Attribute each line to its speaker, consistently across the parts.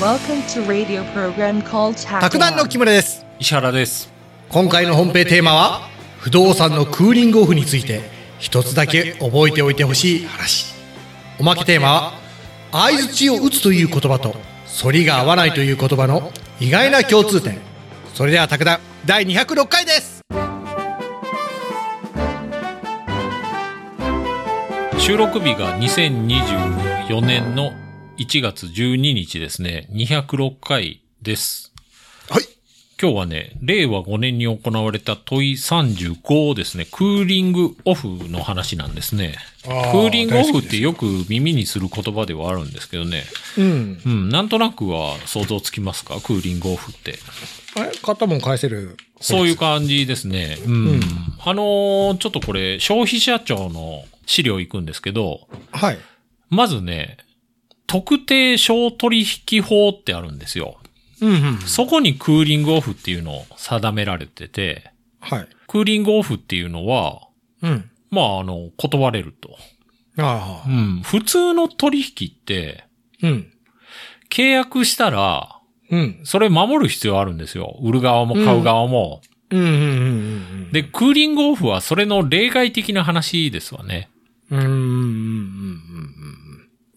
Speaker 1: Welcome to radio program called
Speaker 2: 卓
Speaker 1: Takudan
Speaker 2: 談の木村です
Speaker 3: 石原です
Speaker 2: 今回の本編テーマは不動産のクーリングオフについて一つだけ覚えておいてほしい話おまけテーマは相づちを打つという言葉と反りが合わないという言葉の意外な共通点それでは卓談第206回です
Speaker 3: 収録日が2024年の1月12日ですね206回です
Speaker 2: はい
Speaker 3: 今日はね令和5年に行われた問い35ですねクーリングオフの話なんですねク
Speaker 2: あー
Speaker 3: ーリングオ
Speaker 2: 大好
Speaker 3: フっ
Speaker 2: きです
Speaker 3: てよく耳にする言葉ではあるんですけどね
Speaker 2: うん
Speaker 3: うんなんとなくは想像つきますかクーリングオフって
Speaker 2: あれ買ったもん返せる
Speaker 3: そういう感じですね。うん。
Speaker 2: うん
Speaker 3: あのーちょっとこれ、消費者庁の資料行くんですけど、
Speaker 2: はい
Speaker 3: まずね、特定商取引法ってあるんですよ。
Speaker 2: うんうん
Speaker 3: そこにクーリングオフっていうのを定められてて、
Speaker 2: はい
Speaker 3: クーリングオフっていうのは、
Speaker 2: うん
Speaker 3: まあ、あの、断れると。
Speaker 2: あ
Speaker 3: う
Speaker 2: あ
Speaker 3: ん。普通の取引って、
Speaker 2: うん
Speaker 3: 契約したら、
Speaker 2: うん
Speaker 3: それ守る必要あるんですよ。売る側も買う側も。
Speaker 2: うんうんうん
Speaker 3: で、クーリングオフはそれの例外的な話ですわね。
Speaker 2: うんうんうんうん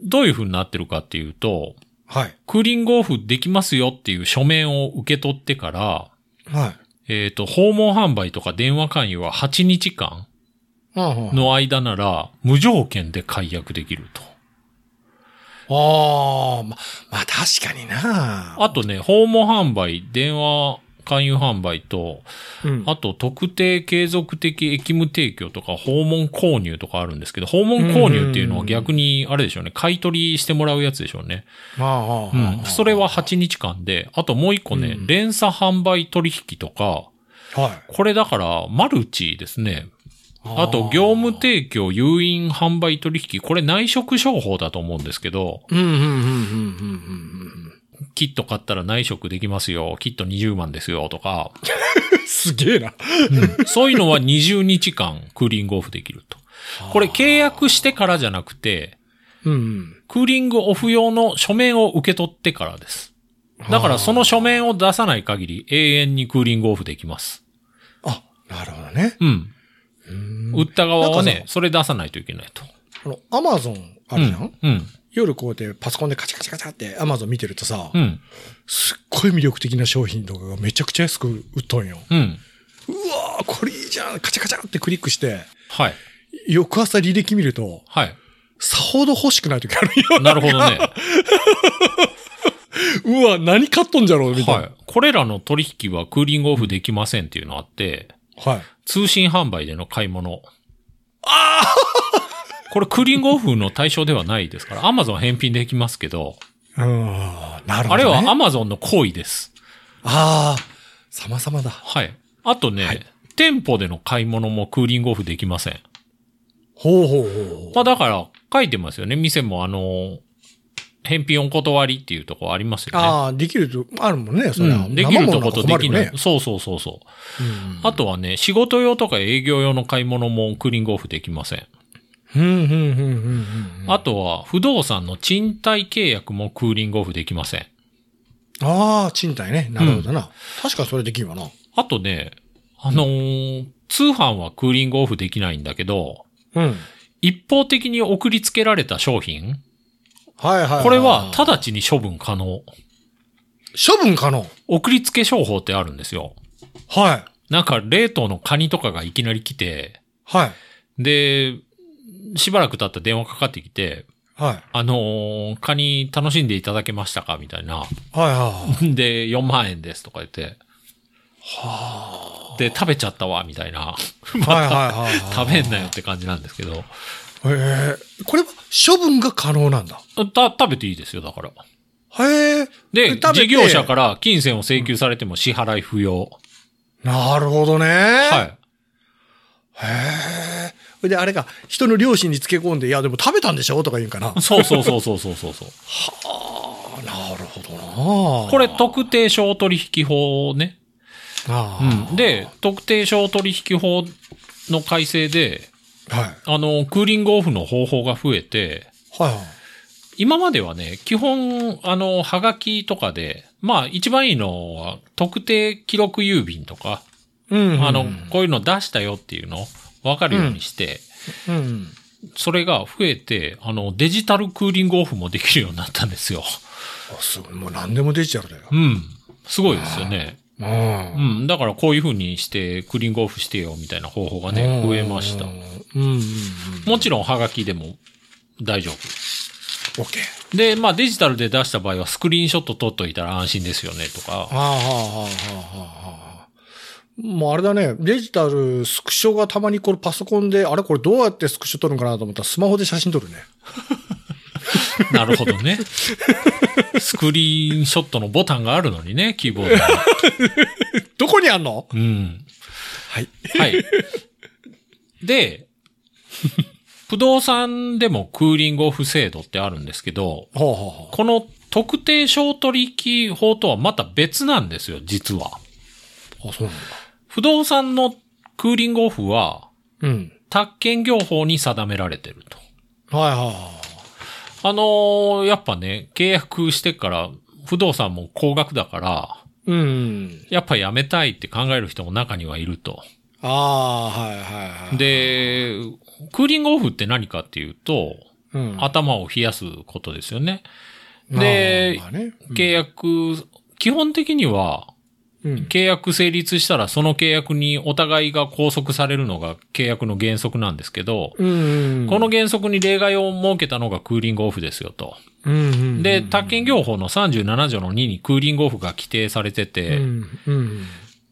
Speaker 3: どういう風になってるかっていうと、
Speaker 2: はい
Speaker 3: クーリングオフできますよっていう書面を受け取ってから、
Speaker 2: はい
Speaker 3: えっ、と、訪問販売とか電話勧誘は8日間
Speaker 2: の
Speaker 3: の間なら、無条件で解約できると。
Speaker 2: ああ、ま、まあ確かにな
Speaker 3: あとね、訪問販売、電話勧誘販売と、
Speaker 2: うん
Speaker 3: あと特定継続的役務提供とか訪問購入とかあるんですけど、訪問購入っていうのは逆に、あれでしょうね、買い取りしてもらうやつでしょうね。
Speaker 2: まあああ
Speaker 3: うん。それは、8日間で、あともう一個ね、
Speaker 2: うん
Speaker 3: 連鎖販売取引とか、
Speaker 2: はい。
Speaker 3: これだから、マルチですね。あと、業務提供、誘引、販売取引、これ内職商法だと思うんですけど、
Speaker 2: うん、うん、うん、うん、うん、
Speaker 3: キット買ったら内職できますよ、キット20万ですよ、とか、
Speaker 2: うん。すげえな。
Speaker 3: そういうのは20日間クーリングオフできる と。これ契約してからじゃなくて、
Speaker 2: うんうん。
Speaker 3: クーリングオフ用の書面を受け取ってからです。だからその書面を出さない限り永遠にクーリングオフできます。
Speaker 2: あ、なるほどね。
Speaker 3: うん。
Speaker 2: うん
Speaker 3: 売った側は
Speaker 2: なん
Speaker 3: ね
Speaker 2: か、
Speaker 3: それ出さないといけないと。
Speaker 2: あの、アマゾンあるじゃん、
Speaker 3: うん。うん
Speaker 2: 夜こうやってパソコンでカチャカチャカチャってアマゾン見てるとさ、
Speaker 3: うん。
Speaker 2: すっごい魅力的な商品とかがめちゃくちゃ安く売っとんよ。
Speaker 3: うん。
Speaker 2: うわーこれいいじゃんカチャカチャってクリックして、
Speaker 3: はい。
Speaker 2: 翌朝履歴見ると、
Speaker 3: はい。
Speaker 2: さほど欲しくない時あるよ。
Speaker 3: なるほどね。
Speaker 2: うわ、何買っとんじゃろうみたいな。
Speaker 3: はい。これらの取引はクーリングオフできませんっていうのあって、
Speaker 2: はい。
Speaker 3: 通信販売での買い物。これクーリングオフの対象ではないですから、アマゾン返品できますけど、
Speaker 2: うん、なるほ
Speaker 3: あ
Speaker 2: ど、ね。
Speaker 3: れはアマゾンの行為です。
Speaker 2: ああ、様々だ。
Speaker 3: はい。あとね、店舗での買い物もクーリングオフできません。
Speaker 2: ほうほうほうほ
Speaker 3: まあだから、書いてますよね。店もあの、返品お断りっていうとこあります
Speaker 2: う。
Speaker 3: よね。
Speaker 2: ああ、できると、あるもんね、それは。
Speaker 3: うん、できる
Speaker 2: 生
Speaker 3: と
Speaker 2: ものなん
Speaker 3: こ
Speaker 2: か
Speaker 3: と
Speaker 2: 困
Speaker 3: で
Speaker 2: る
Speaker 3: き
Speaker 2: よ
Speaker 3: な
Speaker 2: ね。
Speaker 3: い、そうそうそうそう。
Speaker 2: うん
Speaker 3: あとはね、仕事用とか営業用の買い物もクーリングオフできません。
Speaker 2: うん、うん、うん、うん。うん
Speaker 3: あとは、不動産の賃貸契約もクーリングオフできません。
Speaker 2: ああ、賃貸ね。なるほどな。確かそれできんわな。
Speaker 3: あとね、あのー通販はクーリングオフできないんだけど、
Speaker 2: うん。
Speaker 3: 一方的に送りつけられた商品、
Speaker 2: はいはいはい。
Speaker 3: これは直ちに処分可能。
Speaker 2: 処分可能。
Speaker 3: 送りつけ商法ってあるんですよ。
Speaker 2: はい。
Speaker 3: なんか冷凍のカニとかがいきなり来て、
Speaker 2: はい。
Speaker 3: で、しばらく経ったら電話かかってきて、
Speaker 2: はい。
Speaker 3: あのーカニ楽しんでいただけましたかみたいな。
Speaker 2: はいはい。
Speaker 3: で、4万円ですとか言って。
Speaker 2: は
Speaker 3: で、食べちゃったわ、みたいな。
Speaker 2: あ。はいはいはいはい。
Speaker 3: 食べんなよって感じなんですけど。
Speaker 2: へえ。これは処分が可能なんだ。
Speaker 3: た、食べていいですよ、だから。
Speaker 2: へえ。
Speaker 3: で、
Speaker 2: 食べ
Speaker 3: 事
Speaker 2: て
Speaker 3: 業者から金銭を請求されても支払い不要。
Speaker 2: なるほどね。
Speaker 3: は。
Speaker 2: はいへえ。で、あれか、人の良心につけ込んで、いや、でも食べたんでしょとか言うんかな。
Speaker 3: そうそうそうそうそ うそうそう。
Speaker 2: あなるほどな
Speaker 3: これ、特定商取引法ね。
Speaker 2: あ
Speaker 3: うん。で、特定商取引法の改正で、
Speaker 2: あ、はい。
Speaker 3: あの、クーリングオフの方法が増えて、
Speaker 2: はいはい。
Speaker 3: 今まではね、基本、あの、はがきとかで、まあ一番いいのは特定記録郵便とか、
Speaker 2: うん
Speaker 3: あの、こういうの出したよっていうのを分かるようにして、
Speaker 2: うん。
Speaker 3: それが増えて、あの、デジタルクーリングオフもできるようになったんですよ。
Speaker 2: あ、すごい。もう何でもデジタルだよ。
Speaker 3: うん。すごいですよね。
Speaker 2: う。
Speaker 3: うんん。だからこういう風にして、クーリングオフしてよみたいな方法がね、増えました
Speaker 2: う。ん。うん。
Speaker 3: もちろん、はがきでも大丈夫。
Speaker 2: オッケー。
Speaker 3: で、まあデジタルで出した場合は、スクリーンショット撮っといたら安心ですよね、とか。
Speaker 2: はあはあはあはあはあ。もうあれだね、デジタル、スクショがたまにこれパソコンで、あれこれどうやってスクショ撮るのかなと思ったらスマホで写真撮るね。
Speaker 3: なるほど ね。スクリーンショットのボタンがあるのにね、キーボードに。
Speaker 2: どこにあんの
Speaker 3: うん。
Speaker 2: はい。
Speaker 3: はい。で、不動産でもクーリングオフ制度ってあるんですけど、
Speaker 2: ほうほうほう。
Speaker 3: この特定商取引法とはまた別なんですよ、実は。
Speaker 2: あ、そうなんだ。
Speaker 3: 不動産のクーリングオフは、
Speaker 2: うん。
Speaker 3: 宅建業法に定められてると。
Speaker 2: はいはいは
Speaker 3: あのーやっぱね、契約してから、不動産も高額だから、
Speaker 2: い。うん。
Speaker 3: やっぱやめたいって考える人も中にはいると。
Speaker 2: ああ、はいはいはい。、
Speaker 3: で、クーリングオフって何かっていうと、
Speaker 2: うん、
Speaker 3: 頭を冷やすことですよね。
Speaker 2: まあ
Speaker 3: で
Speaker 2: まあね
Speaker 3: 契約、基本的には、
Speaker 2: うん。
Speaker 3: 契約成立したらその契約にお互いが拘束されるのが契約の原則なんですけど、
Speaker 2: うん。
Speaker 3: この、原則に例外を設けたのがクーリングオフですよと。
Speaker 2: うんうん、
Speaker 3: で、宅建業法の37条の2にクーリングオフが規定されて
Speaker 2: う
Speaker 3: て、
Speaker 2: ん。うん。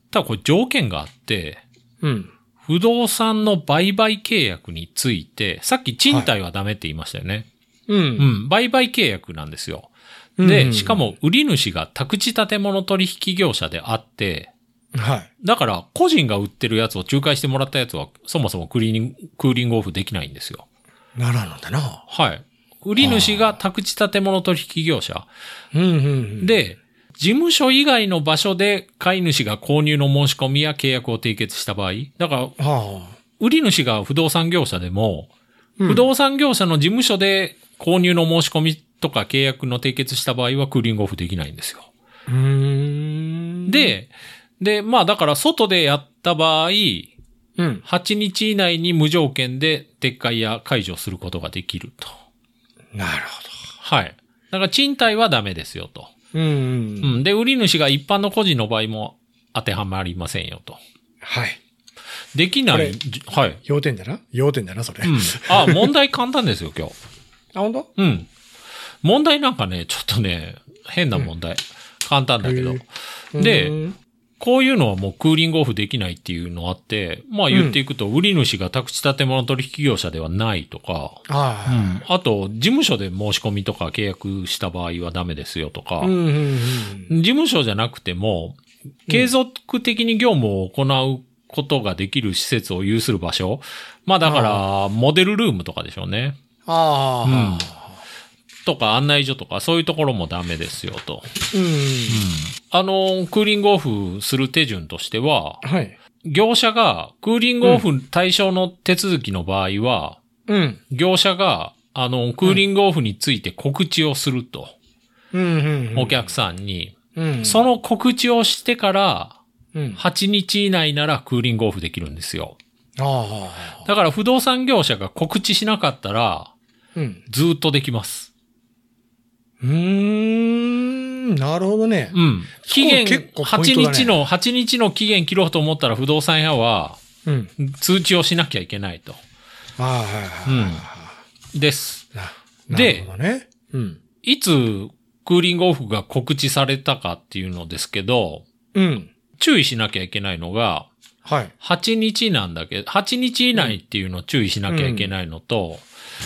Speaker 3: ただこれ条件があって、
Speaker 2: うん。
Speaker 3: 不動産の売買契約について、さっき賃貸はダメって言いましたよね。
Speaker 2: う。
Speaker 3: うんん、売買契約なんですよ。
Speaker 2: うん
Speaker 3: で、しかも売り主が宅地建物取引業者であって、
Speaker 2: はい。
Speaker 3: だから個人が売ってるやつを仲介してもらったやつはそもそもクリーニング、クーリングオフできないんですよ。
Speaker 2: ならなんだな。
Speaker 3: はい。売り主が宅地建物取引業者。
Speaker 2: うんうんうん。、
Speaker 3: で、事務所以外の場所で買い主が購入の申し込みや契約を締結した場合、だから
Speaker 2: はあ。
Speaker 3: 売り主が不動産業者でも、
Speaker 2: うん
Speaker 3: 不動産業者の事務所で購入の申し込みとか契約の締結した場合はクーリングオフできないんですよ。
Speaker 2: うーん、
Speaker 3: で、で、まあだから外でやった場合、8
Speaker 2: うん。
Speaker 3: 日以内に無条件で撤回や解除することができると。
Speaker 2: なる
Speaker 3: はい。だから賃貸はダメですよと。
Speaker 2: ほど。うん
Speaker 3: う。ん。で、売り主が一般の個人の場合も当てはまりませんよと。
Speaker 2: はい。
Speaker 3: できない、じはい。
Speaker 2: 要点だな。要点だな、それ。
Speaker 3: うん。あ、問題簡単ですよ、今日。
Speaker 2: あ、本当？
Speaker 3: うん。問題なんかね、ちょっとね、変な問題。簡単だけど
Speaker 2: へ。
Speaker 3: で
Speaker 2: うん
Speaker 3: こういうのはもうクーリングオフできないっていうのあって、まあ言っていくと、売り主が宅地建物取引業者ではないとか、う
Speaker 2: は
Speaker 3: ん。あと、事務所で申し込みとか契約した場合はダメですよとか
Speaker 2: い。、うんうん
Speaker 3: 事務所じゃなくても、継続的に業務を行うことができる施設を有する場所。まあだから、モデルルームとかでしょうね。
Speaker 2: あ
Speaker 3: とか案内所とか、そういうところもダメですよと。
Speaker 2: ーうん。
Speaker 3: あの、クーリングオフする手順としては、
Speaker 2: はい。
Speaker 3: 業者が、クーリングオフ対象の手続きの場合は、
Speaker 2: うん。
Speaker 3: 業者が、あの、クーリングオフについて告知をすると、
Speaker 2: うんうん。
Speaker 3: お客さんに、
Speaker 2: うん。
Speaker 3: その告知をしてから、
Speaker 2: うん。
Speaker 3: 8日以内ならクーリングオフできるんですよ。
Speaker 2: ああ。
Speaker 3: だから不動産業者が告知しなかったら、
Speaker 2: うん。
Speaker 3: ずーっとできます。
Speaker 2: うーん。なるほどね。
Speaker 3: うん。期限、
Speaker 2: そこ結構ポイン
Speaker 3: 8
Speaker 2: トだね
Speaker 3: 日の、8日の期限切ろうと思ったら不動産屋は、
Speaker 2: うん。
Speaker 3: 通知をしなきゃいけないと。
Speaker 2: ああ、はいはいはいは
Speaker 3: です。
Speaker 2: い。な
Speaker 3: で
Speaker 2: なるほどね。うん。
Speaker 3: いつクーリングオフが告知されたかっていうのですけど、
Speaker 2: うん。
Speaker 3: 注意しなきゃいけないのが、
Speaker 2: はい。
Speaker 3: 8日なんだけど、8日以内っていうのを注意しなきゃいけないのと、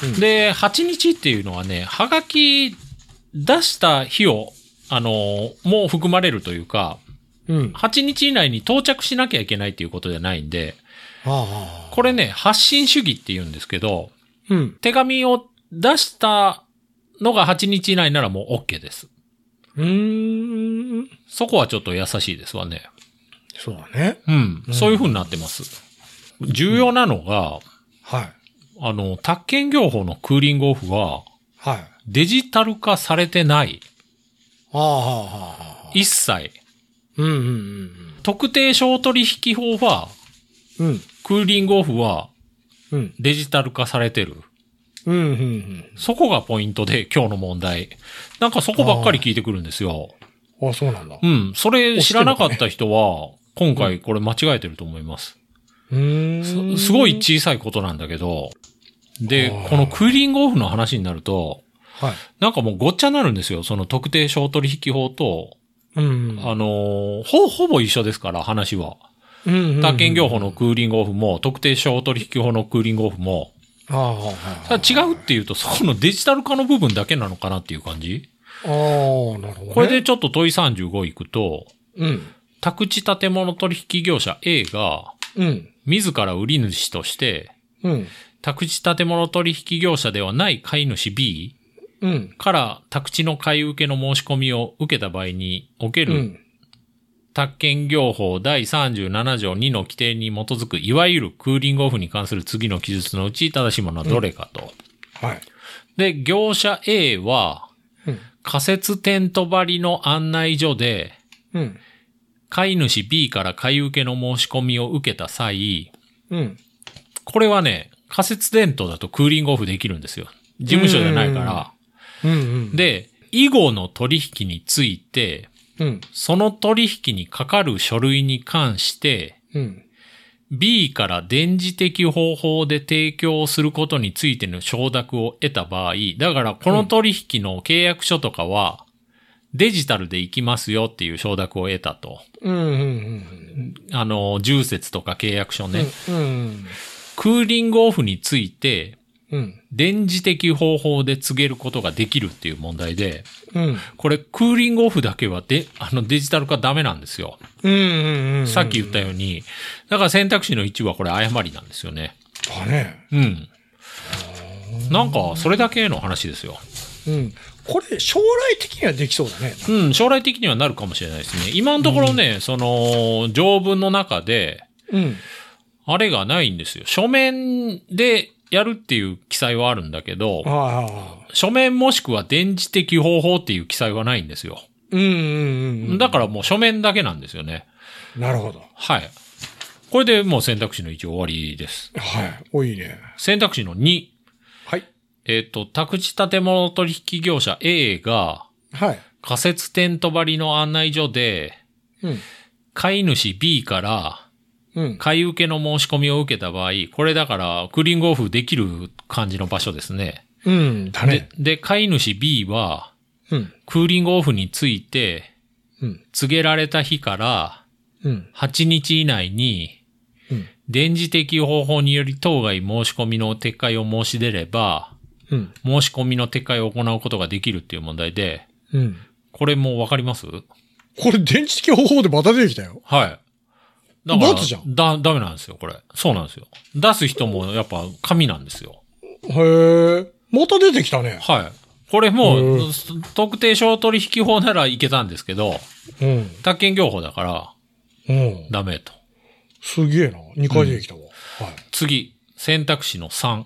Speaker 2: うん
Speaker 3: で、8日っていうのはね、はがき出した日を、あの、もう含まれるというか、
Speaker 2: うん。
Speaker 3: 8日以内に到着しなきゃいけないっていうことじゃないんで、
Speaker 2: ああ。
Speaker 3: これね、発信主義って言うんですけど、
Speaker 2: うん。
Speaker 3: 手紙を出したのが8日以内ならもう OK です。
Speaker 2: うーん。
Speaker 3: そこはちょっと優しいですわね。
Speaker 2: そうだね。
Speaker 3: うん。そういう風になってます。重要なのが、
Speaker 2: はい。
Speaker 3: あの、宅建業法のクーリングオフは、
Speaker 2: はい。
Speaker 3: デジタル化されてない。
Speaker 2: ああ、はあ、はあ、はあ。
Speaker 3: 一切。
Speaker 2: うん、うん、
Speaker 3: 特定商取引法は、
Speaker 2: うん。うん、
Speaker 3: クーリングオフは
Speaker 2: うん、
Speaker 3: デジタル化されてる。
Speaker 2: うん、うん、うん
Speaker 3: そこがポイントで、今日の問題。なんかそこばっかり聞いてくるんですよ。
Speaker 2: うん。あ、そうなんだ。
Speaker 3: うん。それ知らなかった人は、今回これ間違えてると思います。
Speaker 2: うーん。
Speaker 3: すすごい。小さいことなんだけど、で
Speaker 2: あー、
Speaker 3: このクーリングオフの話になると、
Speaker 2: はい。
Speaker 3: なんかもうごっちゃになるんですよ。その特定商取引法と、
Speaker 2: うんうん。
Speaker 3: あのーほ、ほぼ一緒ですから、話は。
Speaker 2: うんうんうん
Speaker 3: 他県業法のクーリングオフも、特定商取引法のクーリングオフも、
Speaker 2: ああ、はいはい
Speaker 3: ただ違うっていうと、そこのデジタル化の部分だけなのかなっていう感じ
Speaker 2: ああ、なるほど、ね。
Speaker 3: これで、ちょっと問い35いくと、
Speaker 2: うん。
Speaker 3: 宅地建物取引業者 A が、
Speaker 2: うん。
Speaker 3: 自ら売り主として、
Speaker 2: うん。
Speaker 3: 宅地建物取引業者ではない買い主 B
Speaker 2: うん。
Speaker 3: から宅地の買い受けの申し込みを受けた場合におけ
Speaker 2: う
Speaker 3: る
Speaker 2: ん。
Speaker 3: 宅建業法第37条2の規定に基づく、いわゆるクーリングオフに関する次の記述のうち正しいものはどれかと。
Speaker 2: はい。
Speaker 3: で、業者 A は、
Speaker 2: うん。
Speaker 3: 仮設テント張りの案内所で、
Speaker 2: うん。
Speaker 3: 買い主 B から買い受けの申し込みを受けた際、
Speaker 2: うん。
Speaker 3: これはね、仮設テントだとクーリングオフできるんですよ。事務所じゃないから。
Speaker 2: うん。うん。、
Speaker 3: で、以後の取引について、
Speaker 2: うん。
Speaker 3: その取引にかかる書類に関して、
Speaker 2: うん。
Speaker 3: B から電磁的方法で提供することについての承諾を得た場合、だからこの取引の契約書とかは、デジタルで行きますよっていう承諾を得たと。
Speaker 2: うん。うん。うん。
Speaker 3: あの、重説とか契約書ね。
Speaker 2: うん。
Speaker 3: クーリングオフについて、
Speaker 2: うん。
Speaker 3: 電磁的方法で告げることができるっていう問題で、
Speaker 2: うん。
Speaker 3: これクーリングオフだけはで、あのデジタル化ダメなんですよ。
Speaker 2: うん。うん。
Speaker 3: さっき言ったように、だから選択肢の1はこれ誤りなんですよね。
Speaker 2: だね。
Speaker 3: うん。なんか、それだけの話ですよ。
Speaker 2: うん。これ、将来的にはできそうだね。
Speaker 3: うん、将来的にはなるかもしれないですね。今のところね、その、条文の中で、
Speaker 2: うん。
Speaker 3: あれがないんですよ。書面でやるっていう記載はあるんだけど、
Speaker 2: ああ。
Speaker 3: 書面もしくは電磁的方法っていう記載はないんですよ。
Speaker 2: うん。うん。うん。
Speaker 3: だからもう書面だけなんですよね。
Speaker 2: なるほど。
Speaker 3: はい。これでもう選択肢の1終わりです。
Speaker 2: はい。お、いいね。
Speaker 3: 選択肢の2。
Speaker 2: はい。
Speaker 3: えっ、と、宅地建物取引業者 A が、
Speaker 2: はい。
Speaker 3: 仮設テント張りの案内所で、
Speaker 2: うん。
Speaker 3: 買い主 B から
Speaker 2: うん。
Speaker 3: 買い受けの申し込みを受けた場合、これだからクーリングオフできる感じの場所ですね。
Speaker 2: うん。だね
Speaker 3: で。、で買い主 B は
Speaker 2: うん。
Speaker 3: クーリングオフについて
Speaker 2: うん。
Speaker 3: 告げられた日から
Speaker 2: うん。
Speaker 3: 8日以内に
Speaker 2: うん。
Speaker 3: 電磁的方法により当該申し込みの撤回を申し出れば、
Speaker 2: うん。
Speaker 3: 申し込みの撤回を行うことができるっていう問題で、
Speaker 2: うん。
Speaker 3: これもうわかります
Speaker 2: これ、電池的方法でまた出てきたよ。
Speaker 3: はい。だから、
Speaker 2: 罰じゃん
Speaker 3: だ、ダメなんですよ、これ。そうなんですよ。出す人もやっぱ紙なんですよ。
Speaker 2: へえ。また出てきたね。
Speaker 3: はい。これ
Speaker 2: う
Speaker 3: もう、特定商取引法ならいけたんですけど、
Speaker 2: うん。
Speaker 3: 宅建業法だか
Speaker 2: う
Speaker 3: ら
Speaker 2: ん。
Speaker 3: ダメと。
Speaker 2: すげえな。2回出てきたわ。はい。
Speaker 3: 次、選択肢の3。
Speaker 2: はい。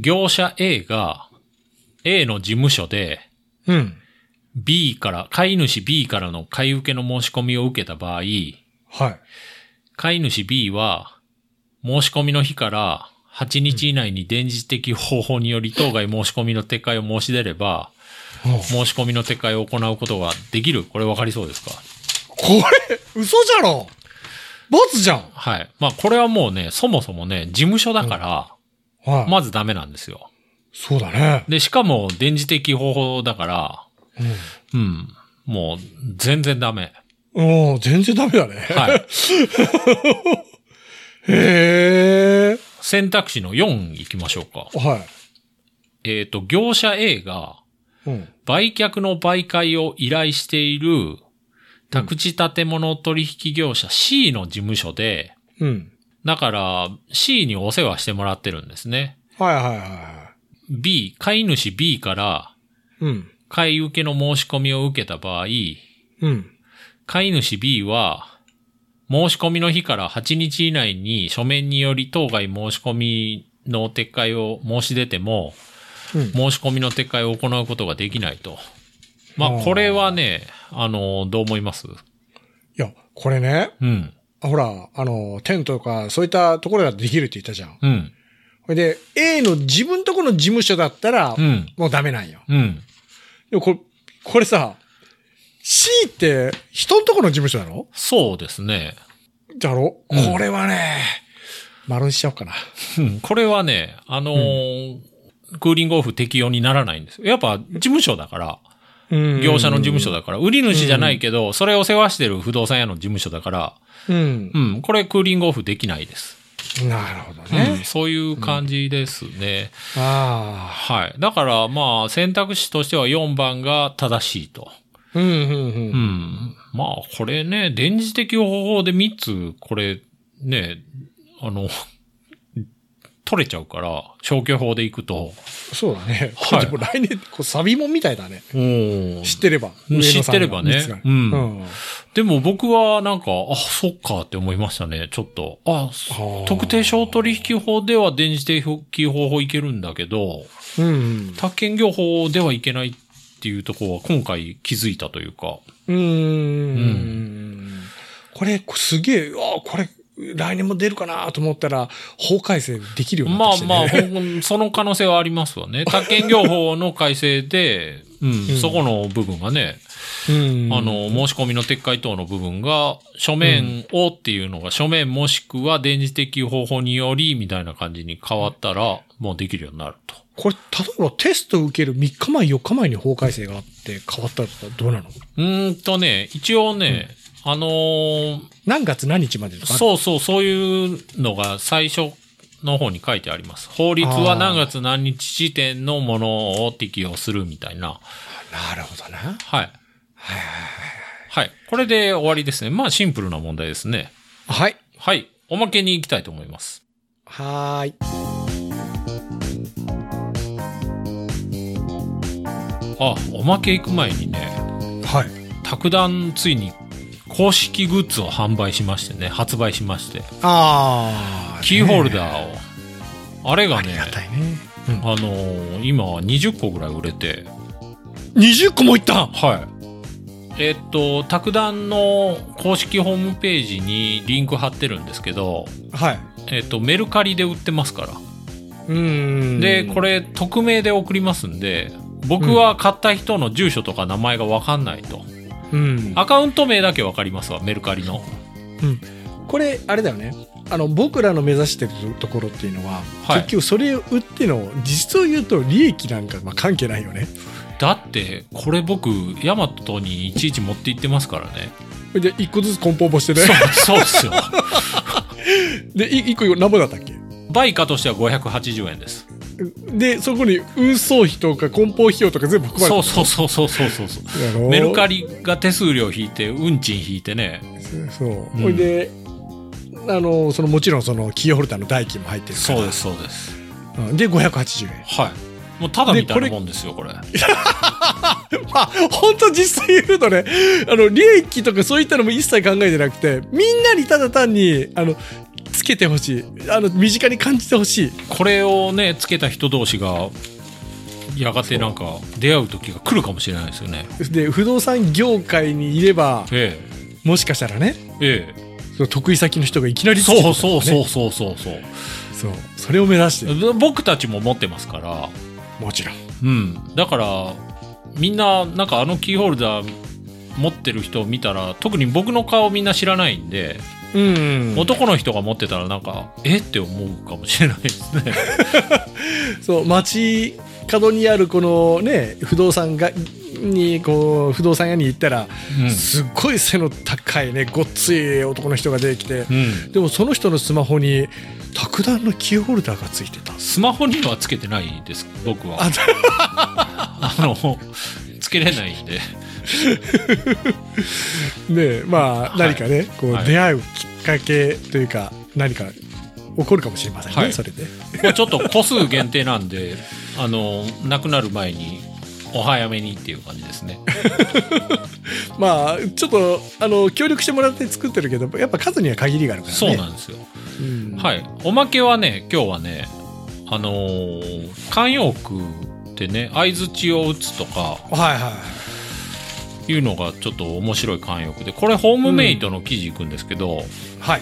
Speaker 3: 業者 A が A の事務所で
Speaker 2: うん。
Speaker 3: B から、買い主 B からの買い受けの申し込みを受けた場合、
Speaker 2: はい。
Speaker 3: 買い主 B は、申し込みの日から8日以内に電磁的方法により当該申し込みの撤回を申し出れば、
Speaker 2: うん
Speaker 3: 申し込みの撤回を行うことができる。これ分かりそうですか
Speaker 2: これ、嘘じゃろ罰じゃん
Speaker 3: はい。まあこれはもうね、そもそもね、事務所だから、
Speaker 2: はい。
Speaker 3: まずダメなんですよ。
Speaker 2: そうだね。
Speaker 3: で、しかも電磁的方法だから、
Speaker 2: うん
Speaker 3: うん。もう全然ダメ。
Speaker 2: うん、全然ダメだね。
Speaker 3: はい。
Speaker 2: へえ。
Speaker 3: 選択肢の4行きましょうか。
Speaker 2: は
Speaker 3: えっ、と、業者 A が、
Speaker 2: い。うん。
Speaker 3: 売却の媒介を依頼している宅地建物取引業者 C の事務所で、
Speaker 2: うん。
Speaker 3: だから C にお世話してもらってるんですね。
Speaker 2: はいはいはいは
Speaker 3: B、買い主 B から
Speaker 2: い。うん。
Speaker 3: 買い受けの申し込みを受けた場合、
Speaker 2: うん。
Speaker 3: 買い主 B は申し込みの日から8日以内に書面により当該申し込みの撤回を申し出ても、
Speaker 2: うん
Speaker 3: 申し込みの撤回を行うことができないと。まあ、これはね、あの、どう思います
Speaker 2: いや、これね、
Speaker 3: うん。
Speaker 2: あほら、あの、テントとか、そういったところだとできるって言ったじゃん。
Speaker 3: うん。
Speaker 2: ほいで、A の自分とこの事務所だったら、
Speaker 3: うん
Speaker 2: もうダメなんよ。
Speaker 3: うん。
Speaker 2: でもこれ、これさ、C って人のとこの事務所だろ
Speaker 3: そうですね。
Speaker 2: だろ、
Speaker 3: うん
Speaker 2: これはね、丸にしちゃおうかな。
Speaker 3: うんこれはね、あのークーリングオフ適用にならないんですよ。やっぱ、事務所だから、業者の事務所だから、売り主じゃないけど、それを世話してる不動産屋の事務所だから、
Speaker 2: うん
Speaker 3: う。ん、これクーリングオフできないです。
Speaker 2: なるほど
Speaker 3: うん、
Speaker 2: ね。
Speaker 3: そういう感じですね。
Speaker 2: あ
Speaker 3: はい。だから、まあ、選択肢としては4番が正しいと。
Speaker 2: あ。うん、うん、う。
Speaker 3: うんん。まあ、これね、電磁的方法で3つ、これ、ね、あの、取れちゃうから、消去法でいくと。
Speaker 2: そうだね。
Speaker 3: はい
Speaker 2: でも来年、こうサビもんみたいだね。
Speaker 3: うん
Speaker 2: 知ってれば。
Speaker 3: うん
Speaker 2: 上野さんが
Speaker 3: 知ってればね
Speaker 2: 三つが
Speaker 3: うん
Speaker 2: うん。
Speaker 3: でも僕はなんか、あ、そっかって思いましたね、ちょっと。あ、
Speaker 2: ー
Speaker 3: 特定商取引法では電磁的方法いけるんだけど、
Speaker 2: うん。
Speaker 3: 宅建業法ではいけないっていうところは今回気づいたというか。
Speaker 2: うーん。これ、すげえ、あこれ、来年も出るかなと思ったら、法改正できるようになっ
Speaker 3: ま
Speaker 2: てき
Speaker 3: あ
Speaker 2: て、ね。
Speaker 3: まあ、ほんその可能性はありますわ ね。宅建業法の改正で、うん、そこの部分がね、
Speaker 2: うん
Speaker 3: あ、の、申し込みの撤回等の部分が、書面をっていうのが、書面もしくは電磁的方法により、みたいな感じに変わったら、もうできるようになると。
Speaker 2: これ、例えばテスト受ける3日前、4日前に法改正があって変わったらどうなの
Speaker 3: うーんとね、一応ね、あのー
Speaker 2: 何月何日までとか。
Speaker 3: そうそう、そういうのが最初の方に書いてあります。法律は何月何日時点のものを適用するみたいな。
Speaker 2: なるほどな。
Speaker 3: はい。はい。これで終わりですね。まあシンプルな問題ですね。
Speaker 2: はい。
Speaker 3: はい。おまけに行きたいと思います。
Speaker 2: はーい。
Speaker 3: あ、おまけ行く前にね、
Speaker 2: はい。
Speaker 3: 卓談ついに公式グッズを販売しましてね、発売しまして、
Speaker 2: あー。
Speaker 3: キーホル
Speaker 2: ね
Speaker 3: ダーを。あれが
Speaker 2: あり
Speaker 3: ね
Speaker 2: が、たいね。
Speaker 3: あのー今20個ぐらい売れて、
Speaker 2: 20個もいった
Speaker 3: はい。えっと、卓談の公式ホームページにリンク貼ってるんですけど、
Speaker 2: はい。
Speaker 3: えっと、メルカリで売ってますから。
Speaker 2: うーん。
Speaker 3: で、これ、匿名で送りますんで、僕は買った人の住所とか名前がわかんないと。
Speaker 2: うん。
Speaker 3: アカウント名だけわかりますわ、メルカリの。
Speaker 2: これあれだよねあの僕らの目指してるところっていうのは、
Speaker 3: はい
Speaker 2: 結局それを売っての実を言うと利益なんかまあ関係ないよね
Speaker 3: だって、これ僕、ヤマトにいちいち持って行ってますからね。
Speaker 2: で一個ずつ梱包もしてね
Speaker 3: そう、そうっすよ。
Speaker 2: でい一個何ぼだったっけ
Speaker 3: 売価としては580円です。
Speaker 2: でそこに運送費とか梱包費用とか全部含ま
Speaker 3: そ
Speaker 2: れ
Speaker 3: うそうそうそうそうそうそう。
Speaker 2: てるだろ
Speaker 3: メルカリが手数料引いて、運賃引いてね。
Speaker 2: そう
Speaker 3: うん
Speaker 2: ほいであのそのもちろんそのキーホルダーの代金も入ってるから
Speaker 3: そうです、そうです。
Speaker 2: うんで580円
Speaker 3: はい。もうただみたいなもんですよ、これ。
Speaker 2: まあ本当実際言うとね あの利益とかそういったのも一切考えてなくてみんなにただ単にあのつけてほしいあの身近に感じてほしい
Speaker 3: これをね、つけた人同士が、やがてなんか、出会う時が来るかもしれないですよね。
Speaker 2: で不動産業界にいれば
Speaker 3: え
Speaker 2: もしかしたらね
Speaker 3: え。え
Speaker 2: その得意先の人がいきな
Speaker 3: え。
Speaker 2: りつけてく
Speaker 3: そ
Speaker 2: る
Speaker 3: うそう
Speaker 2: とかね
Speaker 3: そうそうそうそう。
Speaker 2: そうそれを目指してる
Speaker 3: 僕たちも持ってますから。
Speaker 2: もちろん
Speaker 3: うん。だから、みんな、なんかあのキーホルダー、持ってる人を見たら特に僕の顔みんな知らないんで、
Speaker 2: うん
Speaker 3: 男の人が持ってたらなんかえって思うかもしれないですね
Speaker 2: そう街角にあるこのね不動産がにこう不動産屋に行ったら、すっごい背の高いねごっつい男の人が出てきて、
Speaker 3: うん、うん、
Speaker 2: でもその人のスマホに卓談のキーホルダーがついてたんです
Speaker 3: スマホにはつけてないです僕は
Speaker 2: あ
Speaker 3: あのつけれないんで
Speaker 2: でまあ
Speaker 3: い
Speaker 2: 何かね、こう
Speaker 3: はい
Speaker 2: 出会うきっかけというか何か起こるかもしれませんね、
Speaker 3: はい
Speaker 2: それで
Speaker 3: これちょっと個数限定なんであのなくなる前にお早めにっていう感じですね
Speaker 2: まあちょっとあの協力してもらって作ってるけどやっぱ数には限りがあるからね
Speaker 3: そうなんですよ
Speaker 2: うん
Speaker 3: はいおまけはね今日はねあの慣用句ってね相づちを打つとか
Speaker 2: はいはい
Speaker 3: いうのがちょっと面白い慣用句でこれホームメイトの記事いくんですけど
Speaker 2: はい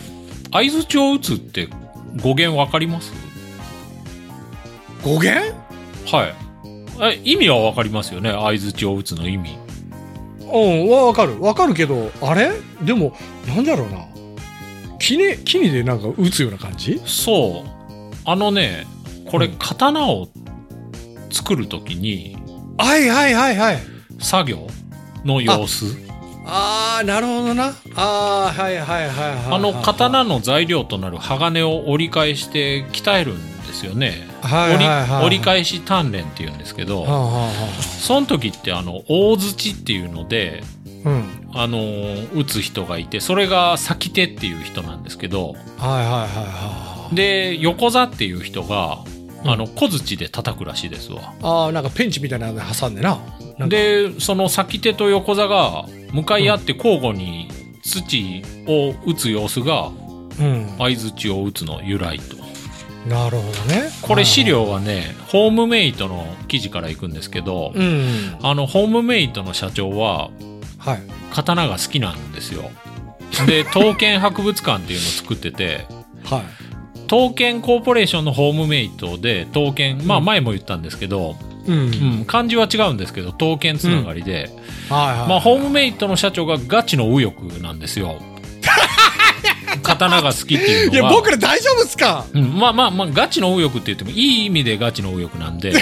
Speaker 3: 相づちを打つって語源わかります
Speaker 2: 語源
Speaker 3: はいえ意味はわかりますよね相づちを打つの意味
Speaker 2: うんわわかるわかるけどあれでもなんだろうなきねきにでなんか打つような感じ
Speaker 3: そうあのねこれ
Speaker 2: うん
Speaker 3: 刀を作る時に
Speaker 2: はいはいはいはい
Speaker 3: 作業の様子
Speaker 2: ああなるほどなあーはいはいはいはいはい
Speaker 3: あの刀の材料となる鋼を折り返して鍛えるんですよね
Speaker 2: はいは
Speaker 3: 折
Speaker 2: い
Speaker 3: り
Speaker 2: はいはい
Speaker 3: 折り返し鍛錬っていうんですけ
Speaker 2: はあ
Speaker 3: ど
Speaker 2: はあは
Speaker 3: その時ってあの大槌っていうので、
Speaker 2: あうん
Speaker 3: あのー打つ人がいてそれが先手っていう人なんですけど
Speaker 2: はいはいはいはい
Speaker 3: で横座っていう人が
Speaker 2: うん
Speaker 3: あの小槌で叩くらしいですわ。
Speaker 2: ああなんかペンチみたいなので挟んでななんか
Speaker 3: でその先手と横座が向かい合って交互に土を打つ様子が
Speaker 2: うん
Speaker 3: 相槌を打つの由来と。
Speaker 2: なるほどね
Speaker 3: これ資
Speaker 2: は
Speaker 3: 料はね、ホームメイトの記事から行くんですけど、
Speaker 2: いはいうん
Speaker 3: あの、ホームメイトの社長は、
Speaker 2: はい
Speaker 3: 刀が好きなんですよ。 で、刀剣博物館っていうのを作ってて、
Speaker 2: はい
Speaker 3: 刀剣コーポレーションのホームメイトで、刀剣、まあ
Speaker 2: うん
Speaker 3: 前も言ったんですけど、
Speaker 2: うん
Speaker 3: うん、漢字は違うんですけど、刀剣つながりで、
Speaker 2: はいはい
Speaker 3: まあホームメイトの社長がガチの右翼なんで すよ。刀が好きっていう
Speaker 2: い
Speaker 3: の
Speaker 2: や
Speaker 3: は。
Speaker 2: 僕ら大丈夫っすか
Speaker 3: うん、まあまあまあ、ガチの右翼って言っても、いい意味でガチの右翼な んで。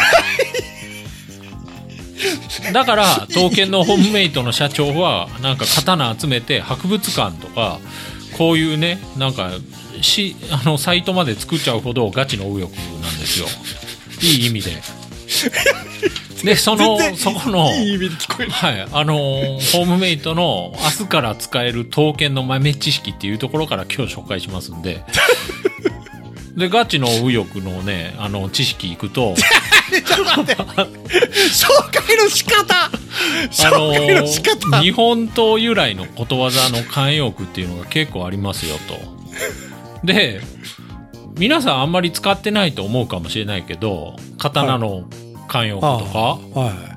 Speaker 3: だから、刀剣のホームメイトの社長は、なんか刀集めて、博物館とか、こういうね、なんか、し、あの、サイトまで作っちゃうほどガチの右翼なんですよ。いい意味で。で、そ
Speaker 2: 全
Speaker 3: の、
Speaker 2: 然
Speaker 3: そこの、
Speaker 2: いい意味で聞こえる
Speaker 3: はい、あのーホームメイトの明日から使える刀剣の豆知識っていうところから今日紹介します んで。で、ガチの右翼のね、あの、知識いく と、
Speaker 2: 紹介の仕方
Speaker 3: あ
Speaker 2: 紹介の仕方、
Speaker 3: 日本刀由来のことわざの慣用句っていうのが結構ありますよと。で、皆さんあんまり使ってないと思うかもしれないけど、刀の慣用句とか、
Speaker 2: はい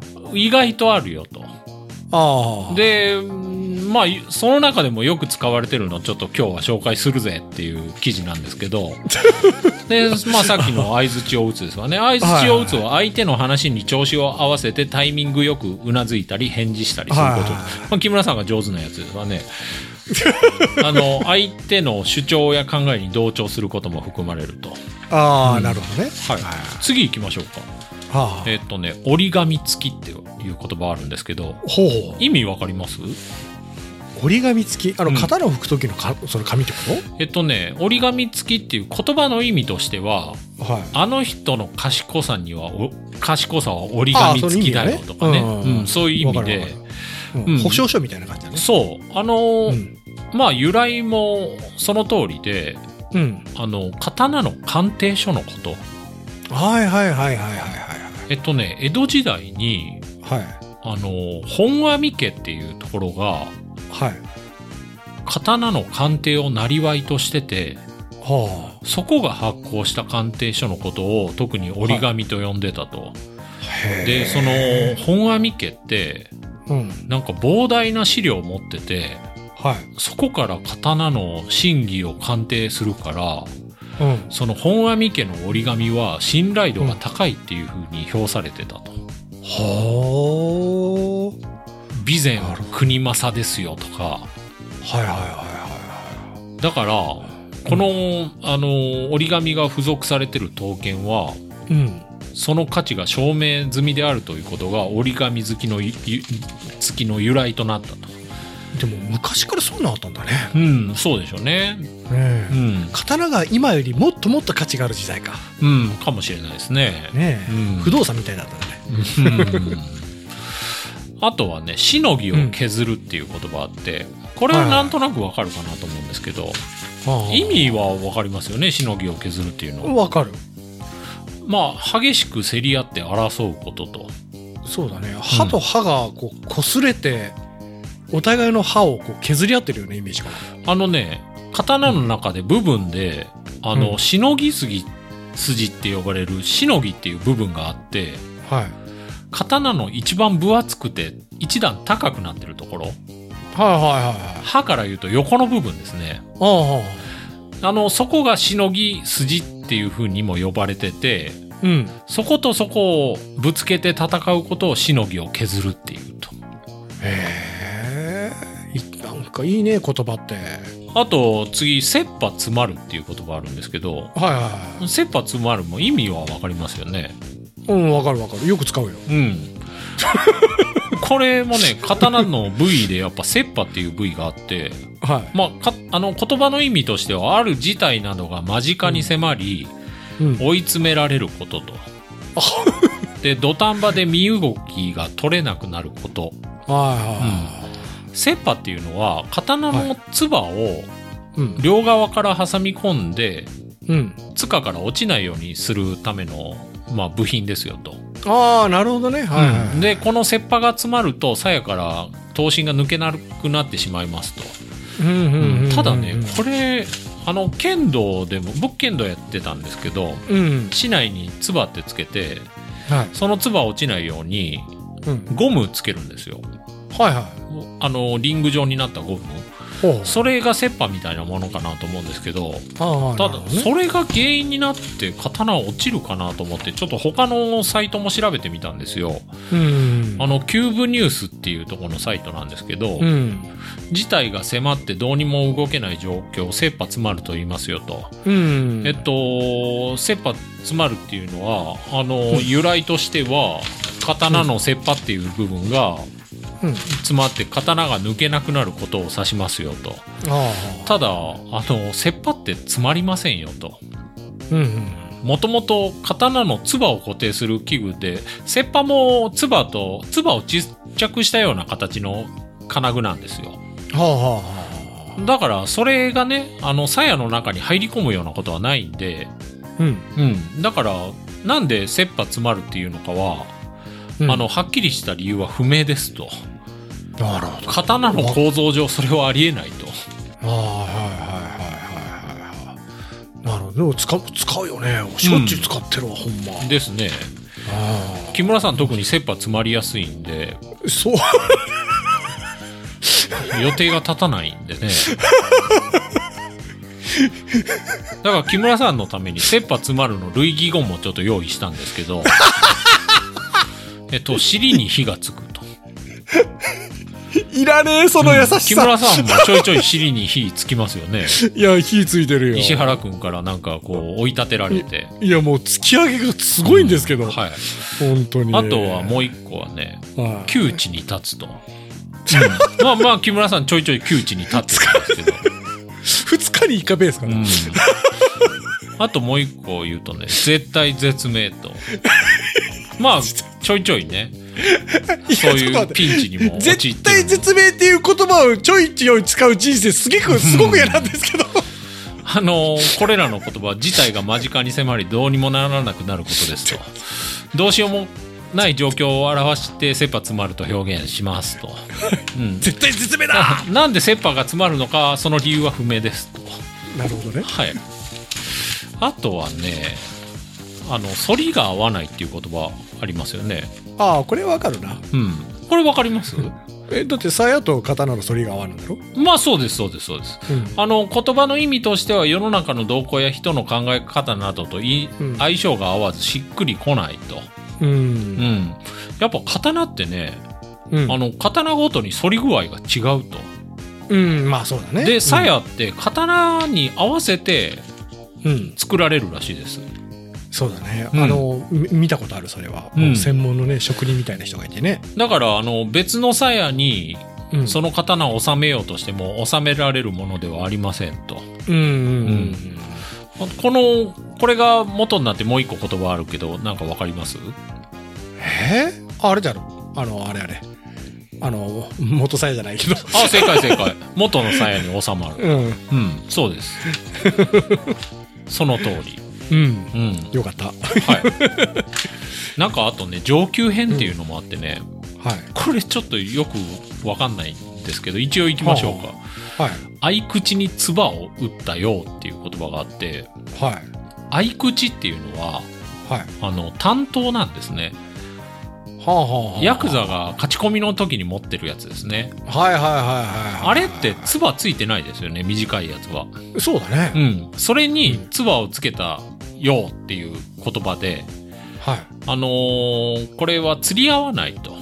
Speaker 3: 意外とあるよと。
Speaker 2: ああ
Speaker 3: でうんまあその中でもよく使われてるのをちょっと今日は紹介するぜっていう記事なんです けどで、まあ、さっきの相づちを打つですわね相づちを打つは相手の話に調子を合わせてタイミングよくうなずいたり返事したりすること、
Speaker 2: はいはいはい
Speaker 3: まあ、木村さんが上手なやつです わねあの相手の主張や考えに同調することも含まれると、
Speaker 2: ああ、
Speaker 3: うん
Speaker 2: なるほどね
Speaker 3: はい
Speaker 2: はい
Speaker 3: 次行きましょうか
Speaker 2: はあ
Speaker 3: えっとね折り紙付きっていう言葉あるんですけど
Speaker 2: ほうほ
Speaker 3: 意味わかります
Speaker 2: う折り紙付きあの
Speaker 3: うん
Speaker 2: 刀を拭く時のかその紙ってこ
Speaker 3: えっとね、折り紙付きっていう言葉の意味としては、
Speaker 2: とはい
Speaker 3: あの人の賢さにはお、賢さは折り紙付きだよとかね。
Speaker 2: あーその意味だねうん
Speaker 3: うんそういう意味
Speaker 2: わか
Speaker 3: で
Speaker 2: る。わかる
Speaker 3: うん
Speaker 2: うん保証書みたいな感じだね
Speaker 3: そう。あのー、まあ由来もその通りで、
Speaker 2: うんうん
Speaker 3: あの、刀の鑑定書のこと。
Speaker 2: はいはいはいはいはい
Speaker 3: えっとね、江戸時代に、
Speaker 2: はいはい
Speaker 3: あのー、本阿弥家っていうところが、
Speaker 2: はい
Speaker 3: 刀の鑑定を生りとしてて、
Speaker 2: は
Speaker 3: そこが発行した鑑定書のことを特に折り紙と呼んでたと。
Speaker 2: あへえ
Speaker 3: でその本阿弥家って
Speaker 2: うん
Speaker 3: なんか膨大な資料を持ってて
Speaker 2: はい
Speaker 3: そこから刀の真偽を鑑定するから
Speaker 2: うん
Speaker 3: その本阿弥家の折り紙は信頼度が高いっていうふうに評されてたと
Speaker 2: ほう
Speaker 3: 「備前国政ですよ」とか
Speaker 2: はいはいは
Speaker 3: だからこのあの折り紙が付属されてる刀剣は
Speaker 2: はいはいうん
Speaker 3: その価値が証明済みであるということが折り紙好きのゆゆ付きの由来となったと。
Speaker 2: でも昔からそうなったんだね
Speaker 3: うん、そうでしょうね。
Speaker 2: ね
Speaker 3: う
Speaker 2: え
Speaker 3: ん。
Speaker 2: 刀が今よりもっともっと価値がある時代か
Speaker 3: うん、かもしれないですね。
Speaker 2: ねえ、
Speaker 3: うん
Speaker 2: 不動産みたいだったね
Speaker 3: うんあとはね、しのぎを削るっていう言葉あって、これはなんとなくわかるかなと思うんですけど、意味はわかりますよね、しのぎを削るっていうのは。
Speaker 2: わかる
Speaker 3: まあ、激しく競り合って争うことと。
Speaker 2: そうだね歯と歯がこう擦れてお互いの歯をこう削り合ってるようなイメージかな
Speaker 3: あのね、刀の中で部分で、あの、
Speaker 2: うん
Speaker 3: しのぎすぎ、筋って呼ばれるしのぎっていう部分があって、
Speaker 2: はい
Speaker 3: 刀の一番分厚くて一段高くなってるところ
Speaker 2: はいはいはいはい。
Speaker 3: 刃から言うと横の部分ですね
Speaker 2: ああ、はい
Speaker 3: あのそこがしのぎ筋っていう風にも呼ばれてて
Speaker 2: うん。
Speaker 3: そことそこをぶつけて戦うことをしのぎを削るっていうと
Speaker 2: へえ。いなんかいいね、言葉って。
Speaker 3: あと次切羽詰まるっていう言葉あるんですけど
Speaker 2: はいはいは
Speaker 3: 切羽詰まるも意味はわかりますよね
Speaker 2: い。うん、わかるわかる。よく使うよ。
Speaker 3: うんこれもね刀の部位でやっぱ切羽っていう部位があって
Speaker 2: はい。
Speaker 3: まあ、かあの言葉の意味としてはある事態などが間近に迫り、
Speaker 2: うん。
Speaker 3: 追い詰められることと。で土壇場で身動きが取れなくなること
Speaker 2: は
Speaker 3: 切羽っていうのは刀の唾を
Speaker 2: いはい。うん。
Speaker 3: 両側から挟み込んで
Speaker 2: うん。
Speaker 3: 塚から落ちないようにするための、まあ、部品ですよと。
Speaker 2: ああ、なるほどね。はいはい。
Speaker 3: うんでこの切羽が詰まると鞘から刀身が抜けなくなってしまいますと。
Speaker 2: うんうんうんうん
Speaker 3: ただねこれあの剣道でも僕剣道やってたんですけど
Speaker 2: うん。
Speaker 3: 市内に唾ってつけて
Speaker 2: はい。
Speaker 3: その唾落ちないように
Speaker 2: うん。
Speaker 3: ゴムつけるんですよ
Speaker 2: はいは
Speaker 3: あのリング状になったゴム
Speaker 2: い。ほう。
Speaker 3: それが切羽みたいなものかなと思うんですけど
Speaker 2: ああ、
Speaker 3: た
Speaker 2: なる
Speaker 3: だ
Speaker 2: ほどね
Speaker 3: それが原因になって刀落ちるかなと思ってちょっと他のサイトも調べてみたんですよ
Speaker 2: うん。
Speaker 3: あのキューブニュースっていうところのサイトなんですけど
Speaker 2: うん。
Speaker 3: 事態が迫ってどうにも動けない状況切羽詰まると言いますよと
Speaker 2: うん。
Speaker 3: えっと、切羽詰まるっていうのは、あの、由来としては、刀の切羽っていう部分が
Speaker 2: うん。
Speaker 3: 詰まって、刀が抜けなくなることを指しますよと。
Speaker 2: ああ。
Speaker 3: ただ、あの、切羽って詰まりませんよと。
Speaker 2: うんうん。
Speaker 3: もともと刀の唾を固定する器具で、切羽も唾と、唾をちっちゃくしたような形の金具なんですよ。
Speaker 2: はあは
Speaker 3: だから、それがね、あの、鞘の中に入り込むようなことはないんで、
Speaker 2: あ。うん。
Speaker 3: うん、だからなんで切羽詰まるっていうのかは、
Speaker 2: うん
Speaker 3: あの。はっきりした理由は不明ですと
Speaker 2: なるほど。
Speaker 3: 刀の構造上それはありえないと
Speaker 2: ああ、はいはいはいはいはいはい。なるほど。でも使う、使うよね。しょっちゅう使ってるわ、ほんま。
Speaker 3: ですね
Speaker 2: あ
Speaker 3: 木村さん特に切羽詰まりやすいんで
Speaker 2: あ。そう。
Speaker 3: 予定が立たないん でねだから木村さんのために切羽詰まるの類義語もちょっと用意したんです けどえっと尻に火がつくと
Speaker 2: いらねえ、その優し
Speaker 3: 木
Speaker 2: さ。
Speaker 3: 村さんもちょいちょい尻に火つきますよね
Speaker 2: いや、火ついてるよ。
Speaker 3: 石原君からなんかこう追い立てられて
Speaker 2: いや、もう突き上げがすごいんですけど。
Speaker 3: うんはい、
Speaker 2: 本当に。
Speaker 3: あとはもう一個はね
Speaker 2: う、はい、
Speaker 3: 窮地に立つと、まあまあ木村さんちょいちょい窮地に立ってたんですけど、
Speaker 2: 2日に1回ベースか
Speaker 3: う
Speaker 2: な。
Speaker 3: ん、あともう一個言うとね絶対絶命とまあちょいちょいねそう
Speaker 2: ちょっと
Speaker 3: いう
Speaker 2: 待って
Speaker 3: ピンチにも陥ってる
Speaker 2: 絶対絶命っていう言葉をちょいちょい使う人生すげく、すごく嫌なんですけど。
Speaker 3: あのこれらの言葉は事態が間近に迫りどうにもならなくなることですとどうしようもない状況を表して切羽詰まると表現しますと、うん、
Speaker 2: 絶対絶命だ
Speaker 3: なんで切羽が詰まるのかその理由は不明ですと
Speaker 2: なるほどね。
Speaker 3: はいあとはねあの反りが合わないっていう言葉ありますよね
Speaker 2: ああ、これわかるな。
Speaker 3: うんこれわかり ます
Speaker 2: え、だって鞘と刀の反りが合わないんだろ
Speaker 3: まあそうですそうですそうです
Speaker 2: うん。
Speaker 3: あの言葉の意味としては世の中の動向や人の考え方などとい
Speaker 2: うん
Speaker 3: 相性が合わずしっくりこないと、
Speaker 2: う。
Speaker 3: うんん、やっぱ刀ってね
Speaker 2: うん。
Speaker 3: あの刀ごとに反り具合が違うと
Speaker 2: うん、まあそうだね。
Speaker 3: で鞘って刀に合わせて
Speaker 2: うん。うん。
Speaker 3: 作られるらしいです
Speaker 2: そうだね。
Speaker 3: うん
Speaker 2: あの、み見たことある、それは。
Speaker 3: うん
Speaker 2: 専門のね、職人みたいな人がいてね。
Speaker 3: だからあの別の鞘に
Speaker 2: うん
Speaker 3: その刀を収めようとしても収められるものではありませんと
Speaker 2: うんうん
Speaker 3: うんこのこれが元になってもう一個言葉あるけどなんかわか ります
Speaker 2: うん。えー、あれだろあの、あれあれ。あの、元鞘じゃないけど。
Speaker 3: あ正解正解元の鞘に収まる
Speaker 2: うん。
Speaker 3: うんそうです その通り
Speaker 2: うん。
Speaker 3: うん
Speaker 2: よかった。は
Speaker 3: はいなんかあとね上級編っていうのもあってね、
Speaker 2: い。
Speaker 3: これちょっとよくわかんないんですけど一応行きましょうか
Speaker 2: はい。
Speaker 3: 合口に唾を打ったよっていう言葉があって
Speaker 2: はい。
Speaker 3: 合口っていうのは
Speaker 2: はい。
Speaker 3: あの担当なんですね
Speaker 2: はあはあはあ
Speaker 3: ヤクザが勝ち込みの時に持ってるやつですね。
Speaker 2: はいはいはいはい。
Speaker 3: あれって、ツバついてないですよね、短いやつは。
Speaker 2: そうだね。
Speaker 3: うん。それに、ツバをつけたよっていう言葉で、
Speaker 2: はい。
Speaker 3: あのーこれは釣り合わないと。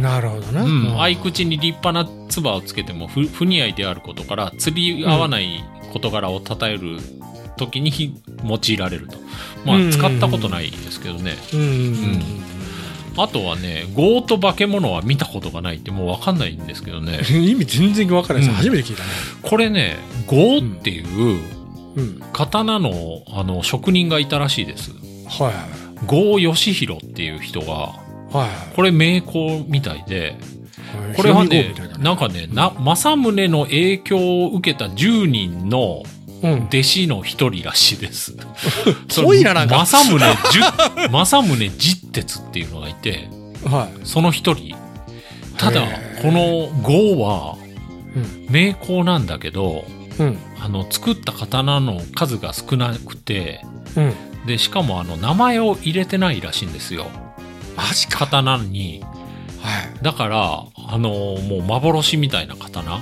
Speaker 2: なるほどね。
Speaker 3: うん。合い
Speaker 2: く
Speaker 3: 口に立派なツバをつけても不、不似合いであることから、釣り合わない事柄を称える時にひ用いられると。ま
Speaker 2: うん
Speaker 3: あ、使ったことないですけどね。
Speaker 2: うんうんうん
Speaker 3: うんあとはね、強と化け物は見たことがないってもうわかんないんですけどね。
Speaker 2: うん。意味全然わからないです。
Speaker 3: うん
Speaker 2: 初めて聞いたね。
Speaker 3: これね、強っていう
Speaker 2: うん。
Speaker 3: 刀のあの職人がいたらしいです。
Speaker 2: はい
Speaker 3: 強義弘っていう人が、
Speaker 2: はい。
Speaker 3: これ名工みたいで、
Speaker 2: はいはい。
Speaker 3: これは
Speaker 2: ヒロミ
Speaker 3: ね
Speaker 2: 号みたい、
Speaker 3: なんかね、な、正宗の影響を受けた10人の
Speaker 2: うん。
Speaker 3: 弟子の一人らしい です。
Speaker 2: 遠いななんか
Speaker 3: 正宗十、正宗十鉄っていうのがいて、
Speaker 2: はい。
Speaker 3: その一人。ただ
Speaker 2: へ、
Speaker 3: この豪は
Speaker 2: うん、
Speaker 3: 名工なんだけど、
Speaker 2: うん。
Speaker 3: あの、作った刀の数が少なくて、
Speaker 2: うん。
Speaker 3: で、しかもあの、名前を入れてないらしいんですよ。
Speaker 2: マジか。
Speaker 3: 刀に。
Speaker 2: はい。
Speaker 3: だから、あのもう幻みたいな刀。
Speaker 2: は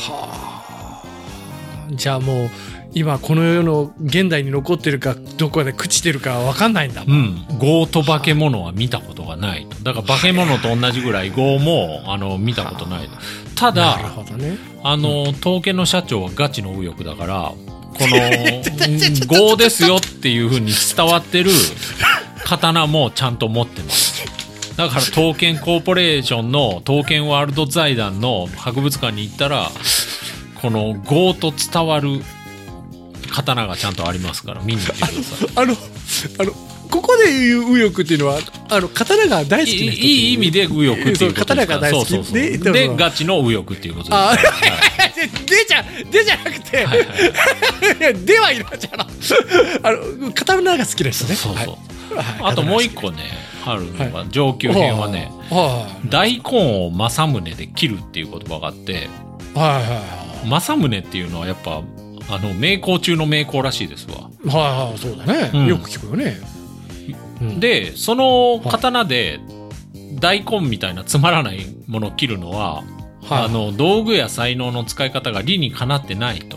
Speaker 2: あ。じゃあもう、今この世の現代に残ってるか、どこで朽ちてるかわかんないんだ。
Speaker 3: うん。豪と化け物は見たことがないと。だから化け物と同じぐらい豪も、あの、見たことないと。た
Speaker 2: なる
Speaker 3: だ、
Speaker 2: ほどね。
Speaker 3: あの、刀剣の社長はガチの右翼だから、この、豪ですよっていう風に伝わってる刀もちゃんと持ってます。だから、刀剣コーポレーションの刀剣ワールド財団の博物館に行ったら、この豪と伝わる刀がちゃんとありますから、見に行ってください。
Speaker 2: あの、あの、ここで言う右翼っていうのは、あの、刀が大好き
Speaker 3: い
Speaker 2: ない人。
Speaker 3: いい意味で右翼っていうことですから
Speaker 2: そう刀が大好き
Speaker 3: そうそうそう
Speaker 2: で
Speaker 3: で
Speaker 2: でも
Speaker 3: ガチの右翼っていうことですから
Speaker 2: あ、
Speaker 3: はい
Speaker 2: で、でじゃ、でじゃなくて、
Speaker 3: はいはいはい
Speaker 2: いやではいらんじゃろ。あの、刀が好きな人ね。
Speaker 3: そうそう
Speaker 2: はいはい
Speaker 3: あともう一個ねあるのが上級編はね
Speaker 2: は
Speaker 3: 大根を正宗で切るっていう言葉があって
Speaker 2: いはいは
Speaker 3: 正宗っていうのはやっぱあの名工中の名工らしいですわ
Speaker 2: いはいはいそうだね、
Speaker 3: うん
Speaker 2: よく聞くよね、うん
Speaker 3: でその刀で大根みたいなつまらないものを切るのは
Speaker 2: はい
Speaker 3: あの道具や才能の使い方が理にかなってないと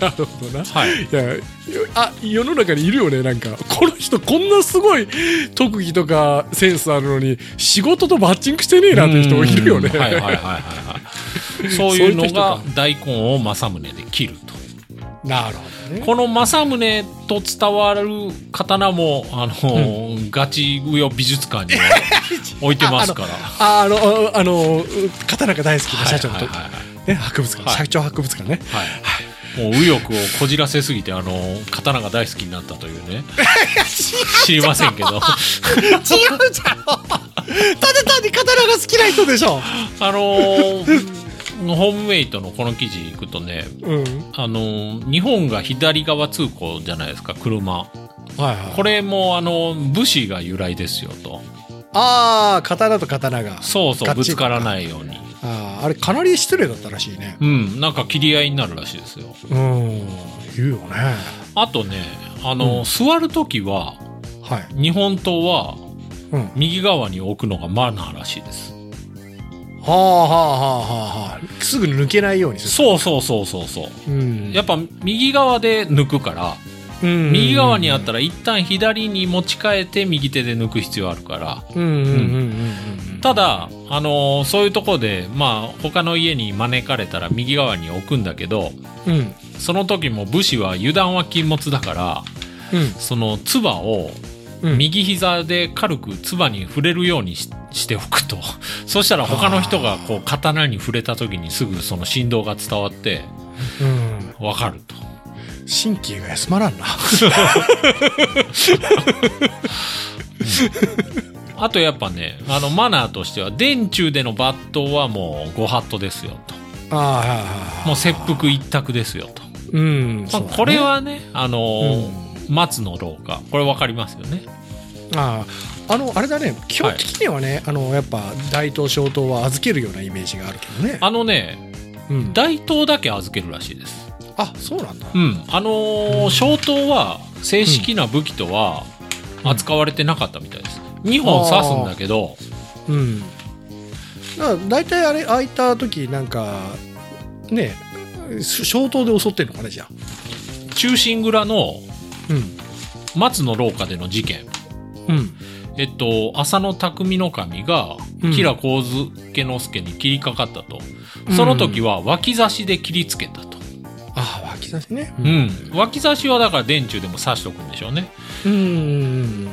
Speaker 2: なるほどな
Speaker 3: はい
Speaker 2: いやよあ世の中にいるよねなんかこの人こんなすごい特技とかセンスあるのに仕事とマッチングしてねえなっていう人もいるよね、
Speaker 3: うんはいはいはいはいはい。そういう
Speaker 2: そういう
Speaker 3: の
Speaker 2: 人か
Speaker 3: が大根を政宗で切ると。
Speaker 2: なるほどね
Speaker 3: この政宗と伝わる刀も、あの、ガチウヨ美術館には 置いてますから。
Speaker 2: ああのああの刀が大好きな社長と、
Speaker 3: はいはいはい
Speaker 2: ね、博物館、
Speaker 3: はい
Speaker 2: 社長博物館ね
Speaker 3: はい。もう右翼をこじらせすぎて、あの、刀が大好きになったという ね。知りませんけど。
Speaker 2: 違うじゃろただ単に刀が好きな人でしょ
Speaker 3: あのー、ホームウェイトのこの記事行くとね、
Speaker 2: うん
Speaker 3: あのー、日本が左側通行じゃないですか、車。
Speaker 2: はいはい
Speaker 3: これもあの武士が由来ですよと
Speaker 2: ああ刀と刀が
Speaker 3: そうそ
Speaker 2: ガ
Speaker 3: う
Speaker 2: ッチリ
Speaker 3: ぶつからないように
Speaker 2: あーあれかなり失礼だったらしいね
Speaker 3: うんなんか切り合いになるらしいですよ
Speaker 2: うん言うよね
Speaker 3: あとねあの、
Speaker 2: うん
Speaker 3: 座る時は
Speaker 2: はい、
Speaker 3: 日本刀は
Speaker 2: うん、は
Speaker 3: 右側に置くのがマナーらしいです
Speaker 2: あはあはあはあはあすぐ抜けないようにす
Speaker 3: そうそうそうそうそう
Speaker 2: るうん
Speaker 3: やっぱ右側で抜くから
Speaker 2: うん
Speaker 3: 右側にあったら一旦左に持ち替えて右手で抜く必要あるから
Speaker 2: うんうんうんうんうん
Speaker 3: ただあのそういうとこでまあ他の家に招かれたら右側に置くんだけど
Speaker 2: うんうん
Speaker 3: その時も武士は油断は禁物だから、その唾を
Speaker 2: うん
Speaker 3: 右膝で軽く唾に触れるようにししておくと。 そしたら他の人がこう刀に触れた時にすぐその振動が伝わって
Speaker 2: うん
Speaker 3: わかると。
Speaker 2: 神経が休まらん な
Speaker 3: あとやっぱね、あのマナーとしては、殿中での抜刀はもうご法度ですよと。
Speaker 2: ああはいは
Speaker 3: もう切腹一択ですよと。
Speaker 2: いうん
Speaker 3: まあ
Speaker 2: そうだね
Speaker 3: これはね、あのー
Speaker 2: う
Speaker 3: 松の廊下。これわかりますよね。
Speaker 2: あああのあれだね基本的にはね、あのやっぱ大東小東は預けるようなイメージがあるけどね
Speaker 3: あのね、
Speaker 2: うん
Speaker 3: 大刀だけ預けるらしいです。
Speaker 2: あそうなんだ
Speaker 3: うん、あのー、小刀は正式な武器とは扱われてなかったみたいです。2本刺すんだけど、
Speaker 2: うんだから大体あれ開いた時なんかねし消灯で襲ってんのかねじゃあ
Speaker 3: 中心蔵の
Speaker 2: うん
Speaker 3: 松の廊下での事件。
Speaker 2: うん
Speaker 3: えっと、浅野匠の神が、
Speaker 2: うん
Speaker 3: 吉良幸助之助に切りかかったと。
Speaker 2: うん
Speaker 3: その時は脇差しで切りつけたと。
Speaker 2: ああ脇差しね
Speaker 3: うん。脇差しはだから電柱でも刺しとくんでしょうね。
Speaker 2: うんうん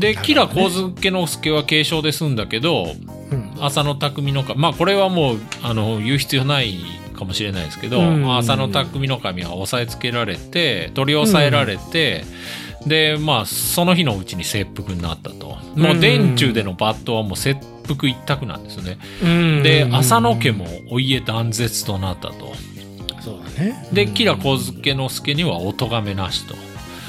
Speaker 3: で、吉良幸
Speaker 2: ズ
Speaker 3: 助之助は軽傷で済んだけど、
Speaker 2: うん
Speaker 3: 浅野匠の神、まあこれはもう、あの、言う必要ないかもしれないですけど、
Speaker 2: うん
Speaker 3: 浅野匠の神は押さえつけられて、取り押さえられて、で、まあ、その日のうちに切腹になったと。もう電柱での抜刀はもう切腹一択なんですよね。
Speaker 2: うん
Speaker 3: で、浅野家もお家断絶となったと。
Speaker 2: そうだね
Speaker 3: で、吉良幸助之助にはお咎めなしと。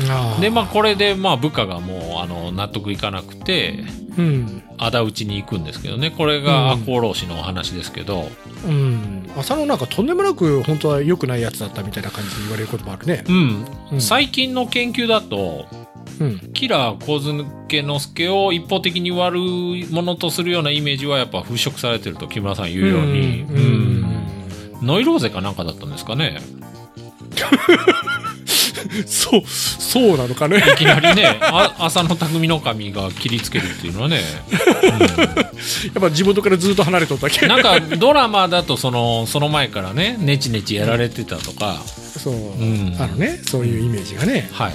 Speaker 2: ああ
Speaker 3: で、まあこれで、まあ部下がもう、あの、納得いかなくて、
Speaker 2: うん
Speaker 3: 仇討ちに行くんですけどね。これが
Speaker 2: うん
Speaker 3: 赤穂浪士のお話ですけど、
Speaker 2: うん浅野なんかとんでもなく本当は良くないやつだったみたいな感じで言われることもあるね
Speaker 3: うん、
Speaker 2: うん
Speaker 3: 最近の研究だと、
Speaker 2: うん
Speaker 3: キラー小津之助を一方的に悪いものとするようなイメージはやっぱ払拭されてると木村さん言うように、
Speaker 2: うん
Speaker 3: うんノイローゼかなんかだったんですかね。
Speaker 2: そうそうなの かね
Speaker 3: いきなりね、あ浅野匠の神が切りつけるっていうのはね、
Speaker 2: やっぱ地元からずっと離れとったけ
Speaker 3: なんかドラマだとその、その前からね、ネチネチやられてたとか、
Speaker 2: そう、
Speaker 3: ん
Speaker 2: あのねそういうイメージがね、
Speaker 3: はい。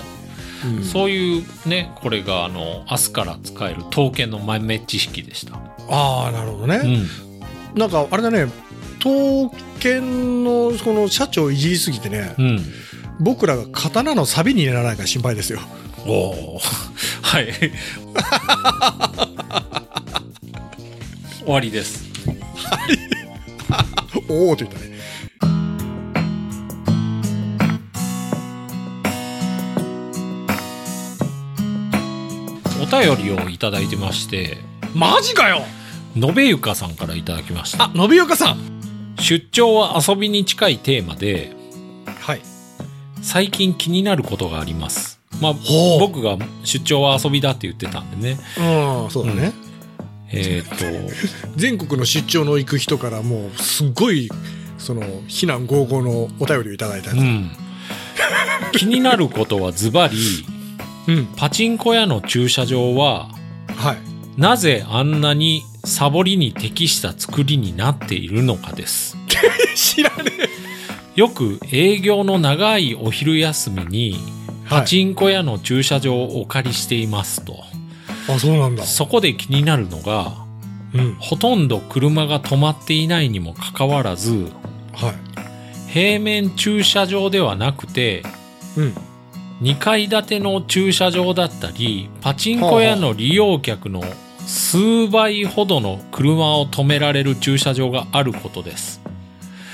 Speaker 2: うん
Speaker 3: そういうね、これがあの、明日から使える刀剣の豆知識でした。
Speaker 2: ああなるほどね、
Speaker 3: うん。
Speaker 2: なんかあれだね刀剣のこの社長いじりすぎてね、
Speaker 3: うん。
Speaker 2: 僕らが刀の錆にならないか心配ですよ
Speaker 3: おおはい終わりです
Speaker 2: おおと言ったね
Speaker 3: お便りをいただいてまして
Speaker 2: マジかよ
Speaker 3: 延べゆかさんからいただきました
Speaker 2: あ信岡さん
Speaker 3: 出張は遊びに近いテーマで
Speaker 2: はい
Speaker 3: 最近気になることがありますまあ
Speaker 2: ほう
Speaker 3: 僕が出張は遊びだって言ってたんでね
Speaker 2: うんそうだね、
Speaker 3: えーっ
Speaker 2: 全国の出張の行く人からもうすっごいその非難合々のお便りをいただいた
Speaker 3: と、う
Speaker 2: や
Speaker 3: ん、気になることはズバリ
Speaker 2: つうん
Speaker 3: パチンコ屋の駐車場は
Speaker 2: はい
Speaker 3: なぜあんなにサボりに適した作りになっているのかです。
Speaker 2: 知らね
Speaker 3: よく営業の長いお昼休みにパチンコ屋の駐車場をお借りしていますと。
Speaker 2: えあそうなんだ
Speaker 3: そこで気になるのが、
Speaker 2: うん
Speaker 3: ほとんど車が止まっていないにもかかわらず、
Speaker 2: はい
Speaker 3: 平面駐車場ではなくて、
Speaker 2: うん
Speaker 3: 2階建ての駐車場だったり、パチンコ屋の利用客の数倍ほどの車を止められる駐車場があることです。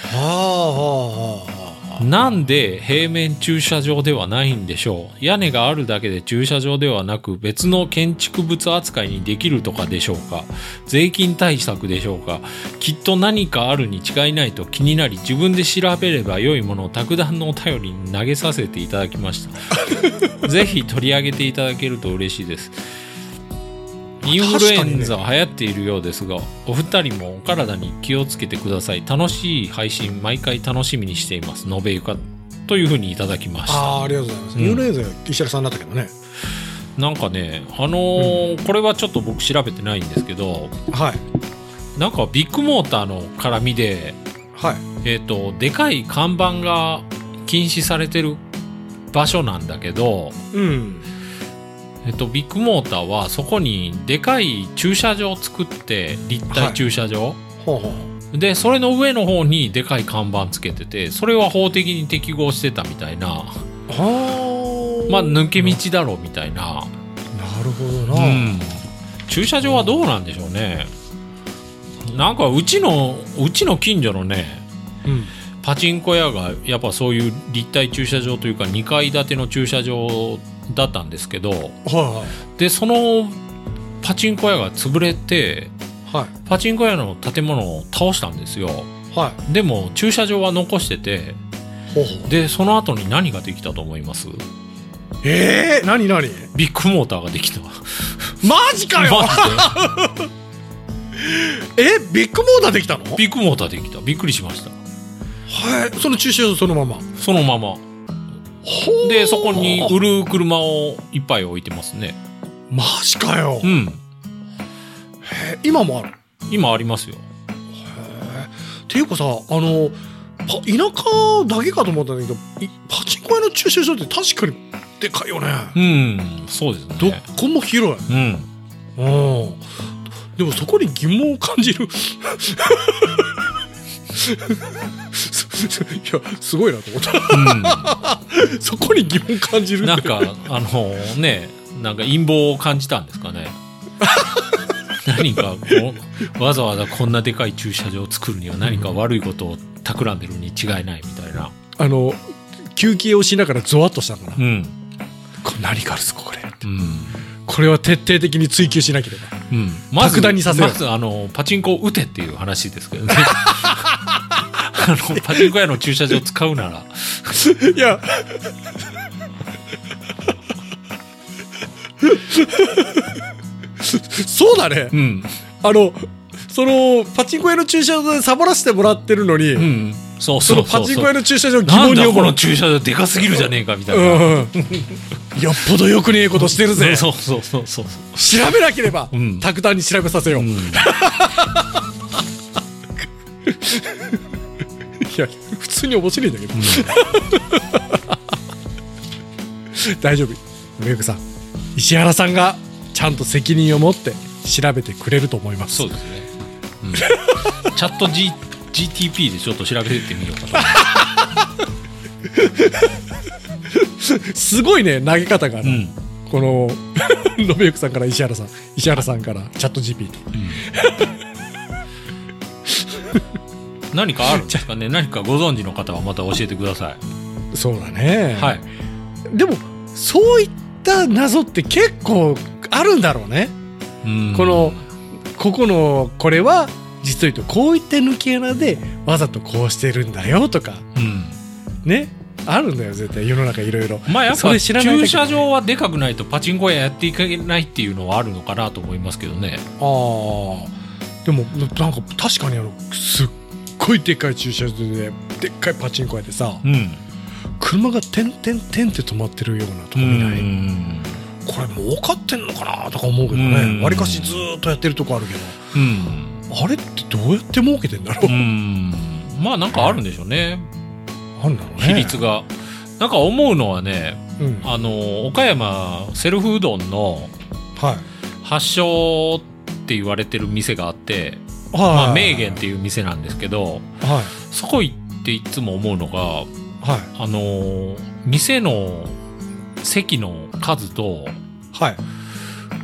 Speaker 2: はあはあはあ
Speaker 3: なんで平面駐車場ではないんでしょう屋根があるだけで駐車場ではなく別の建築物扱いにできるとかでしょうか税金対策でしょうかきっと何かあるに違いないと気になり自分で調べれば良いものを卓談のお便りに投げさせていただきましたぜひ取り上げていただけると嬉しいですインフルエンザ流行っているようですが、お二人もお体に気をつけてください楽しい配信毎回楽しみにしています延べゆかというふうにいただきました
Speaker 2: あーありがとうございます
Speaker 3: うん
Speaker 2: 有名人は石原さんだったけどね
Speaker 3: なんかねあのーこれはちょっと僕調べてないんですけど
Speaker 2: はい
Speaker 3: なんかビッグモーターの絡みで
Speaker 2: はい
Speaker 3: えっ、とでかい看板が禁止されてる場所なんだけど
Speaker 2: うん
Speaker 3: えっと、ビッグモーターはそこにでかい駐車場を作って立体駐車場、
Speaker 2: ほうほう
Speaker 3: でそれの上の方にでかい看板つけててそれは法的に適合してたみたいな
Speaker 2: は
Speaker 3: まあ抜け道だろうみたいな、
Speaker 2: なるほど
Speaker 3: う
Speaker 2: な、
Speaker 3: ん、駐車場はどうなんでしょうねなんかうちのうちの近所のね
Speaker 2: うん
Speaker 3: パチンコ屋がやっぱそういう立体駐車場というか2階建ての駐車場だったんですけど
Speaker 2: は
Speaker 3: でそのパチンコ屋が潰れて
Speaker 2: いはい
Speaker 3: パチンコ屋の建物を倒したんですよ
Speaker 2: はい
Speaker 3: でも駐車場は残してて
Speaker 2: ほうほう
Speaker 3: でその後に何ができたと思います
Speaker 2: ええー、何何
Speaker 3: ビッグモーターができたわ。
Speaker 2: マジかよ
Speaker 3: マジで
Speaker 2: えビッグモーターできたの
Speaker 3: ビッグモーターできた。びっくりしました。
Speaker 2: はいその駐車場そのまま
Speaker 3: そのまま。
Speaker 2: ほー
Speaker 3: で、そこに売る車をいっぱい置いてますね。
Speaker 2: マジかよ
Speaker 3: うん。
Speaker 2: え今もある
Speaker 3: 今ありますよ。
Speaker 2: ていうかさあのパ田舎だけかと思ったんだけどいパチンコ屋の駐車場って確かにでかいよね
Speaker 3: うん。そうです
Speaker 2: ど
Speaker 3: ね。
Speaker 2: こも広い
Speaker 3: うん。
Speaker 2: うんでもそこに疑問を感じるいやすごいなと思ったそこに疑問感じ
Speaker 3: う
Speaker 2: る
Speaker 3: ん。
Speaker 2: っ
Speaker 3: なん
Speaker 2: て
Speaker 3: か、あのね、なんか陰謀を感じたんですかね。 何かこう、わざわざこんなでかい駐車場を作るには何か悪いことを企んでるに違いないみたいな。
Speaker 2: あの休憩をしながらゾワッとしたのかな
Speaker 3: うん。
Speaker 2: これ何があるんですかこれって
Speaker 3: うん。
Speaker 2: これは徹底的に追求しなければ
Speaker 3: うん、まず
Speaker 2: 格段にさせよう
Speaker 3: まずあのパチンコを打てっていう話ですけどね あのパチンコ屋の駐車場使うなら
Speaker 2: いやそうだね
Speaker 3: うん
Speaker 2: あのそのパチンコ屋の駐車場でサボらせてもらってるのに、
Speaker 3: うんそう
Speaker 2: そ
Speaker 3: そ
Speaker 2: の
Speaker 3: うそ
Speaker 2: パ
Speaker 3: う
Speaker 2: チン
Speaker 3: そ
Speaker 2: コ屋
Speaker 3: う
Speaker 2: の駐車場疑
Speaker 3: なん
Speaker 2: 問に
Speaker 3: だ
Speaker 2: 思
Speaker 3: こ
Speaker 2: う
Speaker 3: の駐車場でかすぎるじゃねえかみたいな、
Speaker 2: うんうんよっぽどよくねえことしてるぜ
Speaker 3: そうそうそうそう
Speaker 2: 調べなければ、
Speaker 3: うん
Speaker 2: 卓談に調べさせよう、
Speaker 3: うん
Speaker 2: い や普通に面白いんだけど、大丈夫メイクさん石原さんがちゃんと責任を持って調べてくれると思います
Speaker 3: そうですね、うん、チャット、G、GTP でちょっと調べてってみようかと思って
Speaker 2: すごいね投げ方がある、
Speaker 3: うん
Speaker 2: この ロベユクさんから石原さん石原さんからチャット GPT
Speaker 3: 何かあるんです かね何かご存知の方はまた教えてくださ
Speaker 2: そうだね、
Speaker 3: いはい
Speaker 2: でもそういった謎って結構あるんだろうね、
Speaker 3: うん
Speaker 2: このここのこれは実を言うとこういった抜け穴でわざとこうしてるんだよとか
Speaker 3: うん
Speaker 2: ねあるんだよ絶対世の中いろいろ
Speaker 3: まあやっ
Speaker 2: そ
Speaker 3: ぱ
Speaker 2: れ知らないだけ
Speaker 3: 駐
Speaker 2: で
Speaker 3: 車場はでかくないとパチンコ屋やっていけないっていうのはあるのかなと思いますけどね。
Speaker 2: あーでもなんか確かにあのすっごいでっかい駐車場ででっかいパチンコ屋でさ
Speaker 3: うん。
Speaker 2: 車がてんてんてんって止まってるようなとこ
Speaker 3: う
Speaker 2: 見ない、
Speaker 3: ん。
Speaker 2: これ儲かってんのかなとか思うけど
Speaker 3: うん
Speaker 2: ねわりかしずーっとやってるとこあるけど
Speaker 3: うん。
Speaker 2: あれってどうやって儲けてんだろう、
Speaker 3: うん。まあなんかあるんでしょうね。
Speaker 2: あんだろうね
Speaker 3: 比率が。なんか思うのはね、
Speaker 2: うん
Speaker 3: あの、岡山セルフうどんの
Speaker 2: はい
Speaker 3: 発祥って言われてる店があって、
Speaker 2: は
Speaker 3: まあ名言っていう店なんですけど、
Speaker 2: はい
Speaker 3: そこ行っていつも思うのが、
Speaker 2: はい
Speaker 3: あの、店の席の数と、
Speaker 2: はい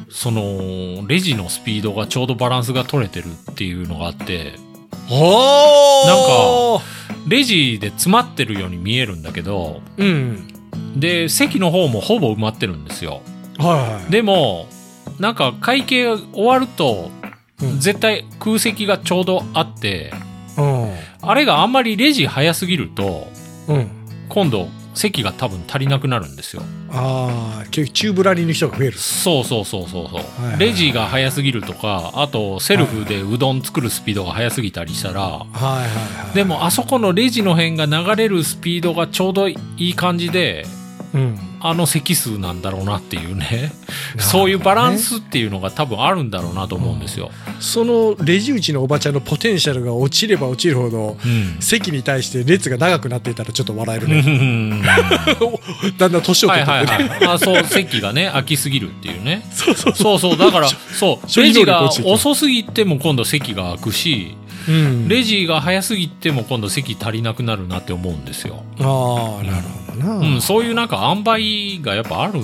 Speaker 3: そのレジのスピードがちょうどバランスが取れてるっていうのがあって
Speaker 2: お
Speaker 3: レジで詰まってるように見えるんだけど
Speaker 2: なんかうん
Speaker 3: で席の方もほぼ埋まってるんですよ
Speaker 2: はいはい
Speaker 3: でもなんか会計が終わると
Speaker 2: うん
Speaker 3: 絶対空席がちょうどあって
Speaker 2: うん
Speaker 3: あれがあんまりレジ早すぎると
Speaker 2: うん
Speaker 3: 今度席が多分足りなくなるんですよ
Speaker 2: ああ結局チューブラリーの人が増える
Speaker 3: そうそうそうそうそう、
Speaker 2: いはい
Speaker 3: レジが早すぎるとかあとセルフでうどん作るスピードが早すぎたりしたら、
Speaker 2: はいはいはい
Speaker 3: でもあそこのレジの辺が流れるスピードがちょうどいい感じで
Speaker 2: うん
Speaker 3: あの席数なんだろうなっていうねそういうバランスっていうのが多分あるんだろうなと思うんですよ。
Speaker 2: そのレジ打ちのおばちゃんのポテンシャルが落ちれば落ちるほど
Speaker 3: うん
Speaker 2: 席に対して列が長くなっていたらちょっと笑える
Speaker 3: う
Speaker 2: ね、
Speaker 3: ん
Speaker 2: だんだん年を取
Speaker 3: は
Speaker 2: っ
Speaker 3: い
Speaker 2: てく
Speaker 3: は
Speaker 2: る
Speaker 3: い
Speaker 2: ね、
Speaker 3: はい、あそう席がね空きすぎるっていうね
Speaker 2: そうそうそ
Speaker 3: そうそうだからそう
Speaker 2: 処
Speaker 3: レ
Speaker 2: 理
Speaker 3: ジ
Speaker 2: 能力
Speaker 3: が
Speaker 2: 落ちてきた
Speaker 3: 遅すぎても今度席が空くし
Speaker 2: う、うん
Speaker 3: レジが早すぎても今度席足りなくなるなって思うんですよ、
Speaker 2: ああなるほどな、
Speaker 3: うん、そういうなんか塩梅がやっぱある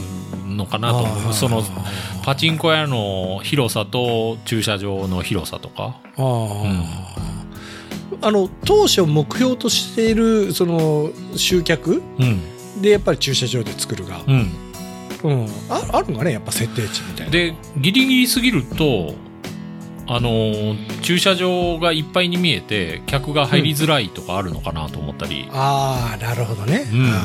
Speaker 3: のかなと思うその
Speaker 2: あ
Speaker 3: パチンコ屋の広さと駐車場の広さとか。
Speaker 2: あ、あの当初目標としているその集客
Speaker 3: うん。
Speaker 2: でやっぱり駐車場で作るが、
Speaker 3: うん。
Speaker 2: うんああるんがねやっぱ設定値みたいな
Speaker 3: で、ギリギリすぎると、あのー駐車場がいっぱいに見えて、客が入りづらいとかあるのかなと思ったり。
Speaker 2: ああなるほどね、
Speaker 3: うん
Speaker 2: はいはい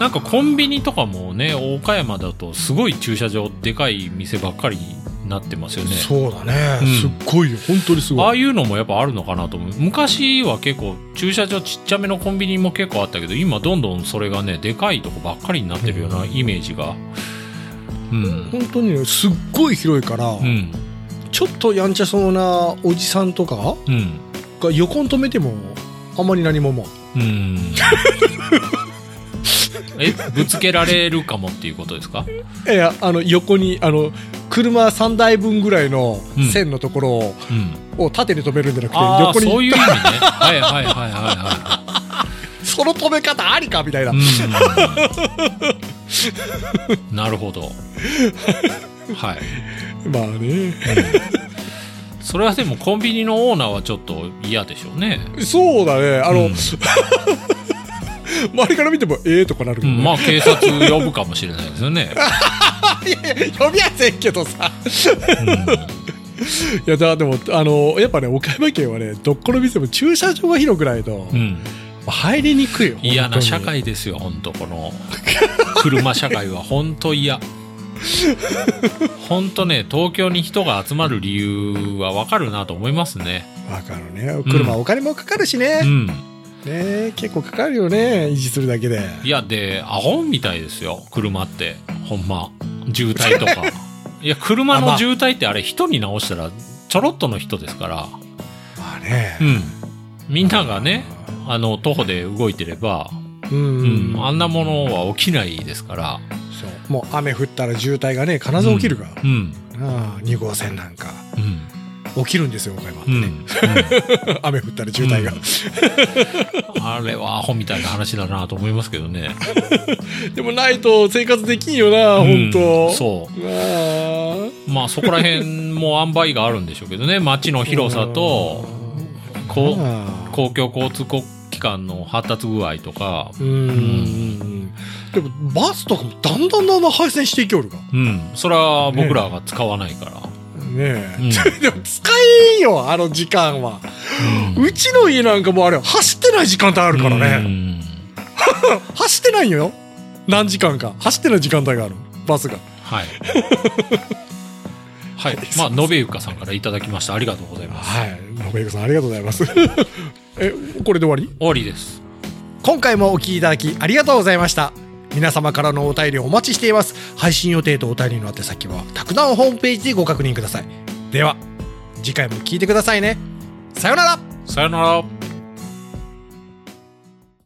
Speaker 3: なんかコンビニとかもね岡山だとすごい駐車場でかい店ばっかりになってますよね
Speaker 2: そうだね、
Speaker 3: う
Speaker 2: すっごいよ本当にす
Speaker 3: あ
Speaker 2: ご
Speaker 3: あ
Speaker 2: い
Speaker 3: いうのもやっぱあるのかなと思う昔は結構駐車場ちっちゃめのコンビニも結構あったけど今どんどんそれがねでかいとこばっかりになってるようなイメージがうん
Speaker 2: 本当にねすっごい広いから、
Speaker 3: うん
Speaker 2: ちょっとやんちゃそうなおじさんとか
Speaker 3: うん
Speaker 2: が横に止めてもあんまり何ももう
Speaker 3: うんえぶつけられるかもっていうことですか
Speaker 2: いやあの横にあの車3台分ぐらいの
Speaker 3: うん
Speaker 2: 線のところを,、
Speaker 3: うん
Speaker 2: 縦に止めるんじゃなくて
Speaker 3: ああ
Speaker 2: 横に
Speaker 3: そういう意味ねはいはいはいはいは
Speaker 2: その止め方ありかみたいな、
Speaker 3: い、うん、なるほどはい
Speaker 2: まあね
Speaker 3: それはでもコンビニのオーナーはちょっと嫌でしょうね
Speaker 2: そうだねあの、
Speaker 3: うん
Speaker 2: 周りから見てもええとかなるけ
Speaker 3: う
Speaker 2: どね、
Speaker 3: ん、まあ警察呼ぶかもしれないですよね。
Speaker 2: いやいや呼びやせんけどさいやだでもあのやっぱね岡山県はねどっこの店も駐車場が広くないと
Speaker 3: うん、うん
Speaker 2: 入りにくいよ
Speaker 3: 嫌な社
Speaker 2: 本当に
Speaker 3: 会ですよ、本当この車社会は 本当嫌。本当ね、東京に人が集まる理由はわかるなと思いますね。
Speaker 2: わかるね車、
Speaker 3: うん
Speaker 2: お金もかかるし
Speaker 3: う
Speaker 2: ね,、
Speaker 3: ん。
Speaker 2: ね結構かかるよね維持するだけで
Speaker 3: いや、で、アホみたいですよ、車って。ほんま。渋滞 とか。いや、車
Speaker 2: あま
Speaker 3: の
Speaker 2: あ
Speaker 3: 渋滞ってあれ、人に直したら、ちょろっとの人ですから。
Speaker 2: まあね
Speaker 3: うん。みんながね、あの、徒歩で動いてれば、
Speaker 2: うん、
Speaker 3: うん、あんなものは起きないですから。
Speaker 2: そうもう雨降ったら渋滞がね必ず起きるから、
Speaker 3: うん。
Speaker 2: ああ2号線なんか
Speaker 3: うん。
Speaker 2: 起きるんですよ岡山って
Speaker 3: う
Speaker 2: ね、
Speaker 3: ん。
Speaker 2: 雨降ったら渋滞が、
Speaker 3: あれはアホみたいな話だなと思いますけどね。
Speaker 2: でもないと生活できんよな、
Speaker 3: う
Speaker 2: 本
Speaker 3: ん
Speaker 2: 当
Speaker 3: そう
Speaker 2: わ
Speaker 3: う。まあそこら辺も塩梅があるんでしょうけどね。街の広さと、こう
Speaker 2: あ
Speaker 3: 公共交通機関の発達具合とか、
Speaker 2: ううんでもバスとかもだんだんだんだん配線していきおるがね
Speaker 3: うん。それは僕らが使わないから。
Speaker 2: え、
Speaker 3: うん
Speaker 2: でも使えんよあの時間は、
Speaker 3: う
Speaker 2: うんちの家なんかもうあれ走ってない時間帯あるからね、
Speaker 3: うん
Speaker 2: 走ってないよ何時間か走ってない時間帯があるバスが
Speaker 3: はい。はい。まあ、延べゆかさんからいただきました。ありがとうございます。
Speaker 2: はい信彦さんありがとうございます えこれで終わり
Speaker 3: 終わりです。
Speaker 2: 今回もお聞きいただきありがとうございました皆様からのお便りをお待ちしています配信予定とお便りの宛先はたくさんホームページでご確認くださいでは次回も聞いてくださいねさようなら
Speaker 3: さよなら。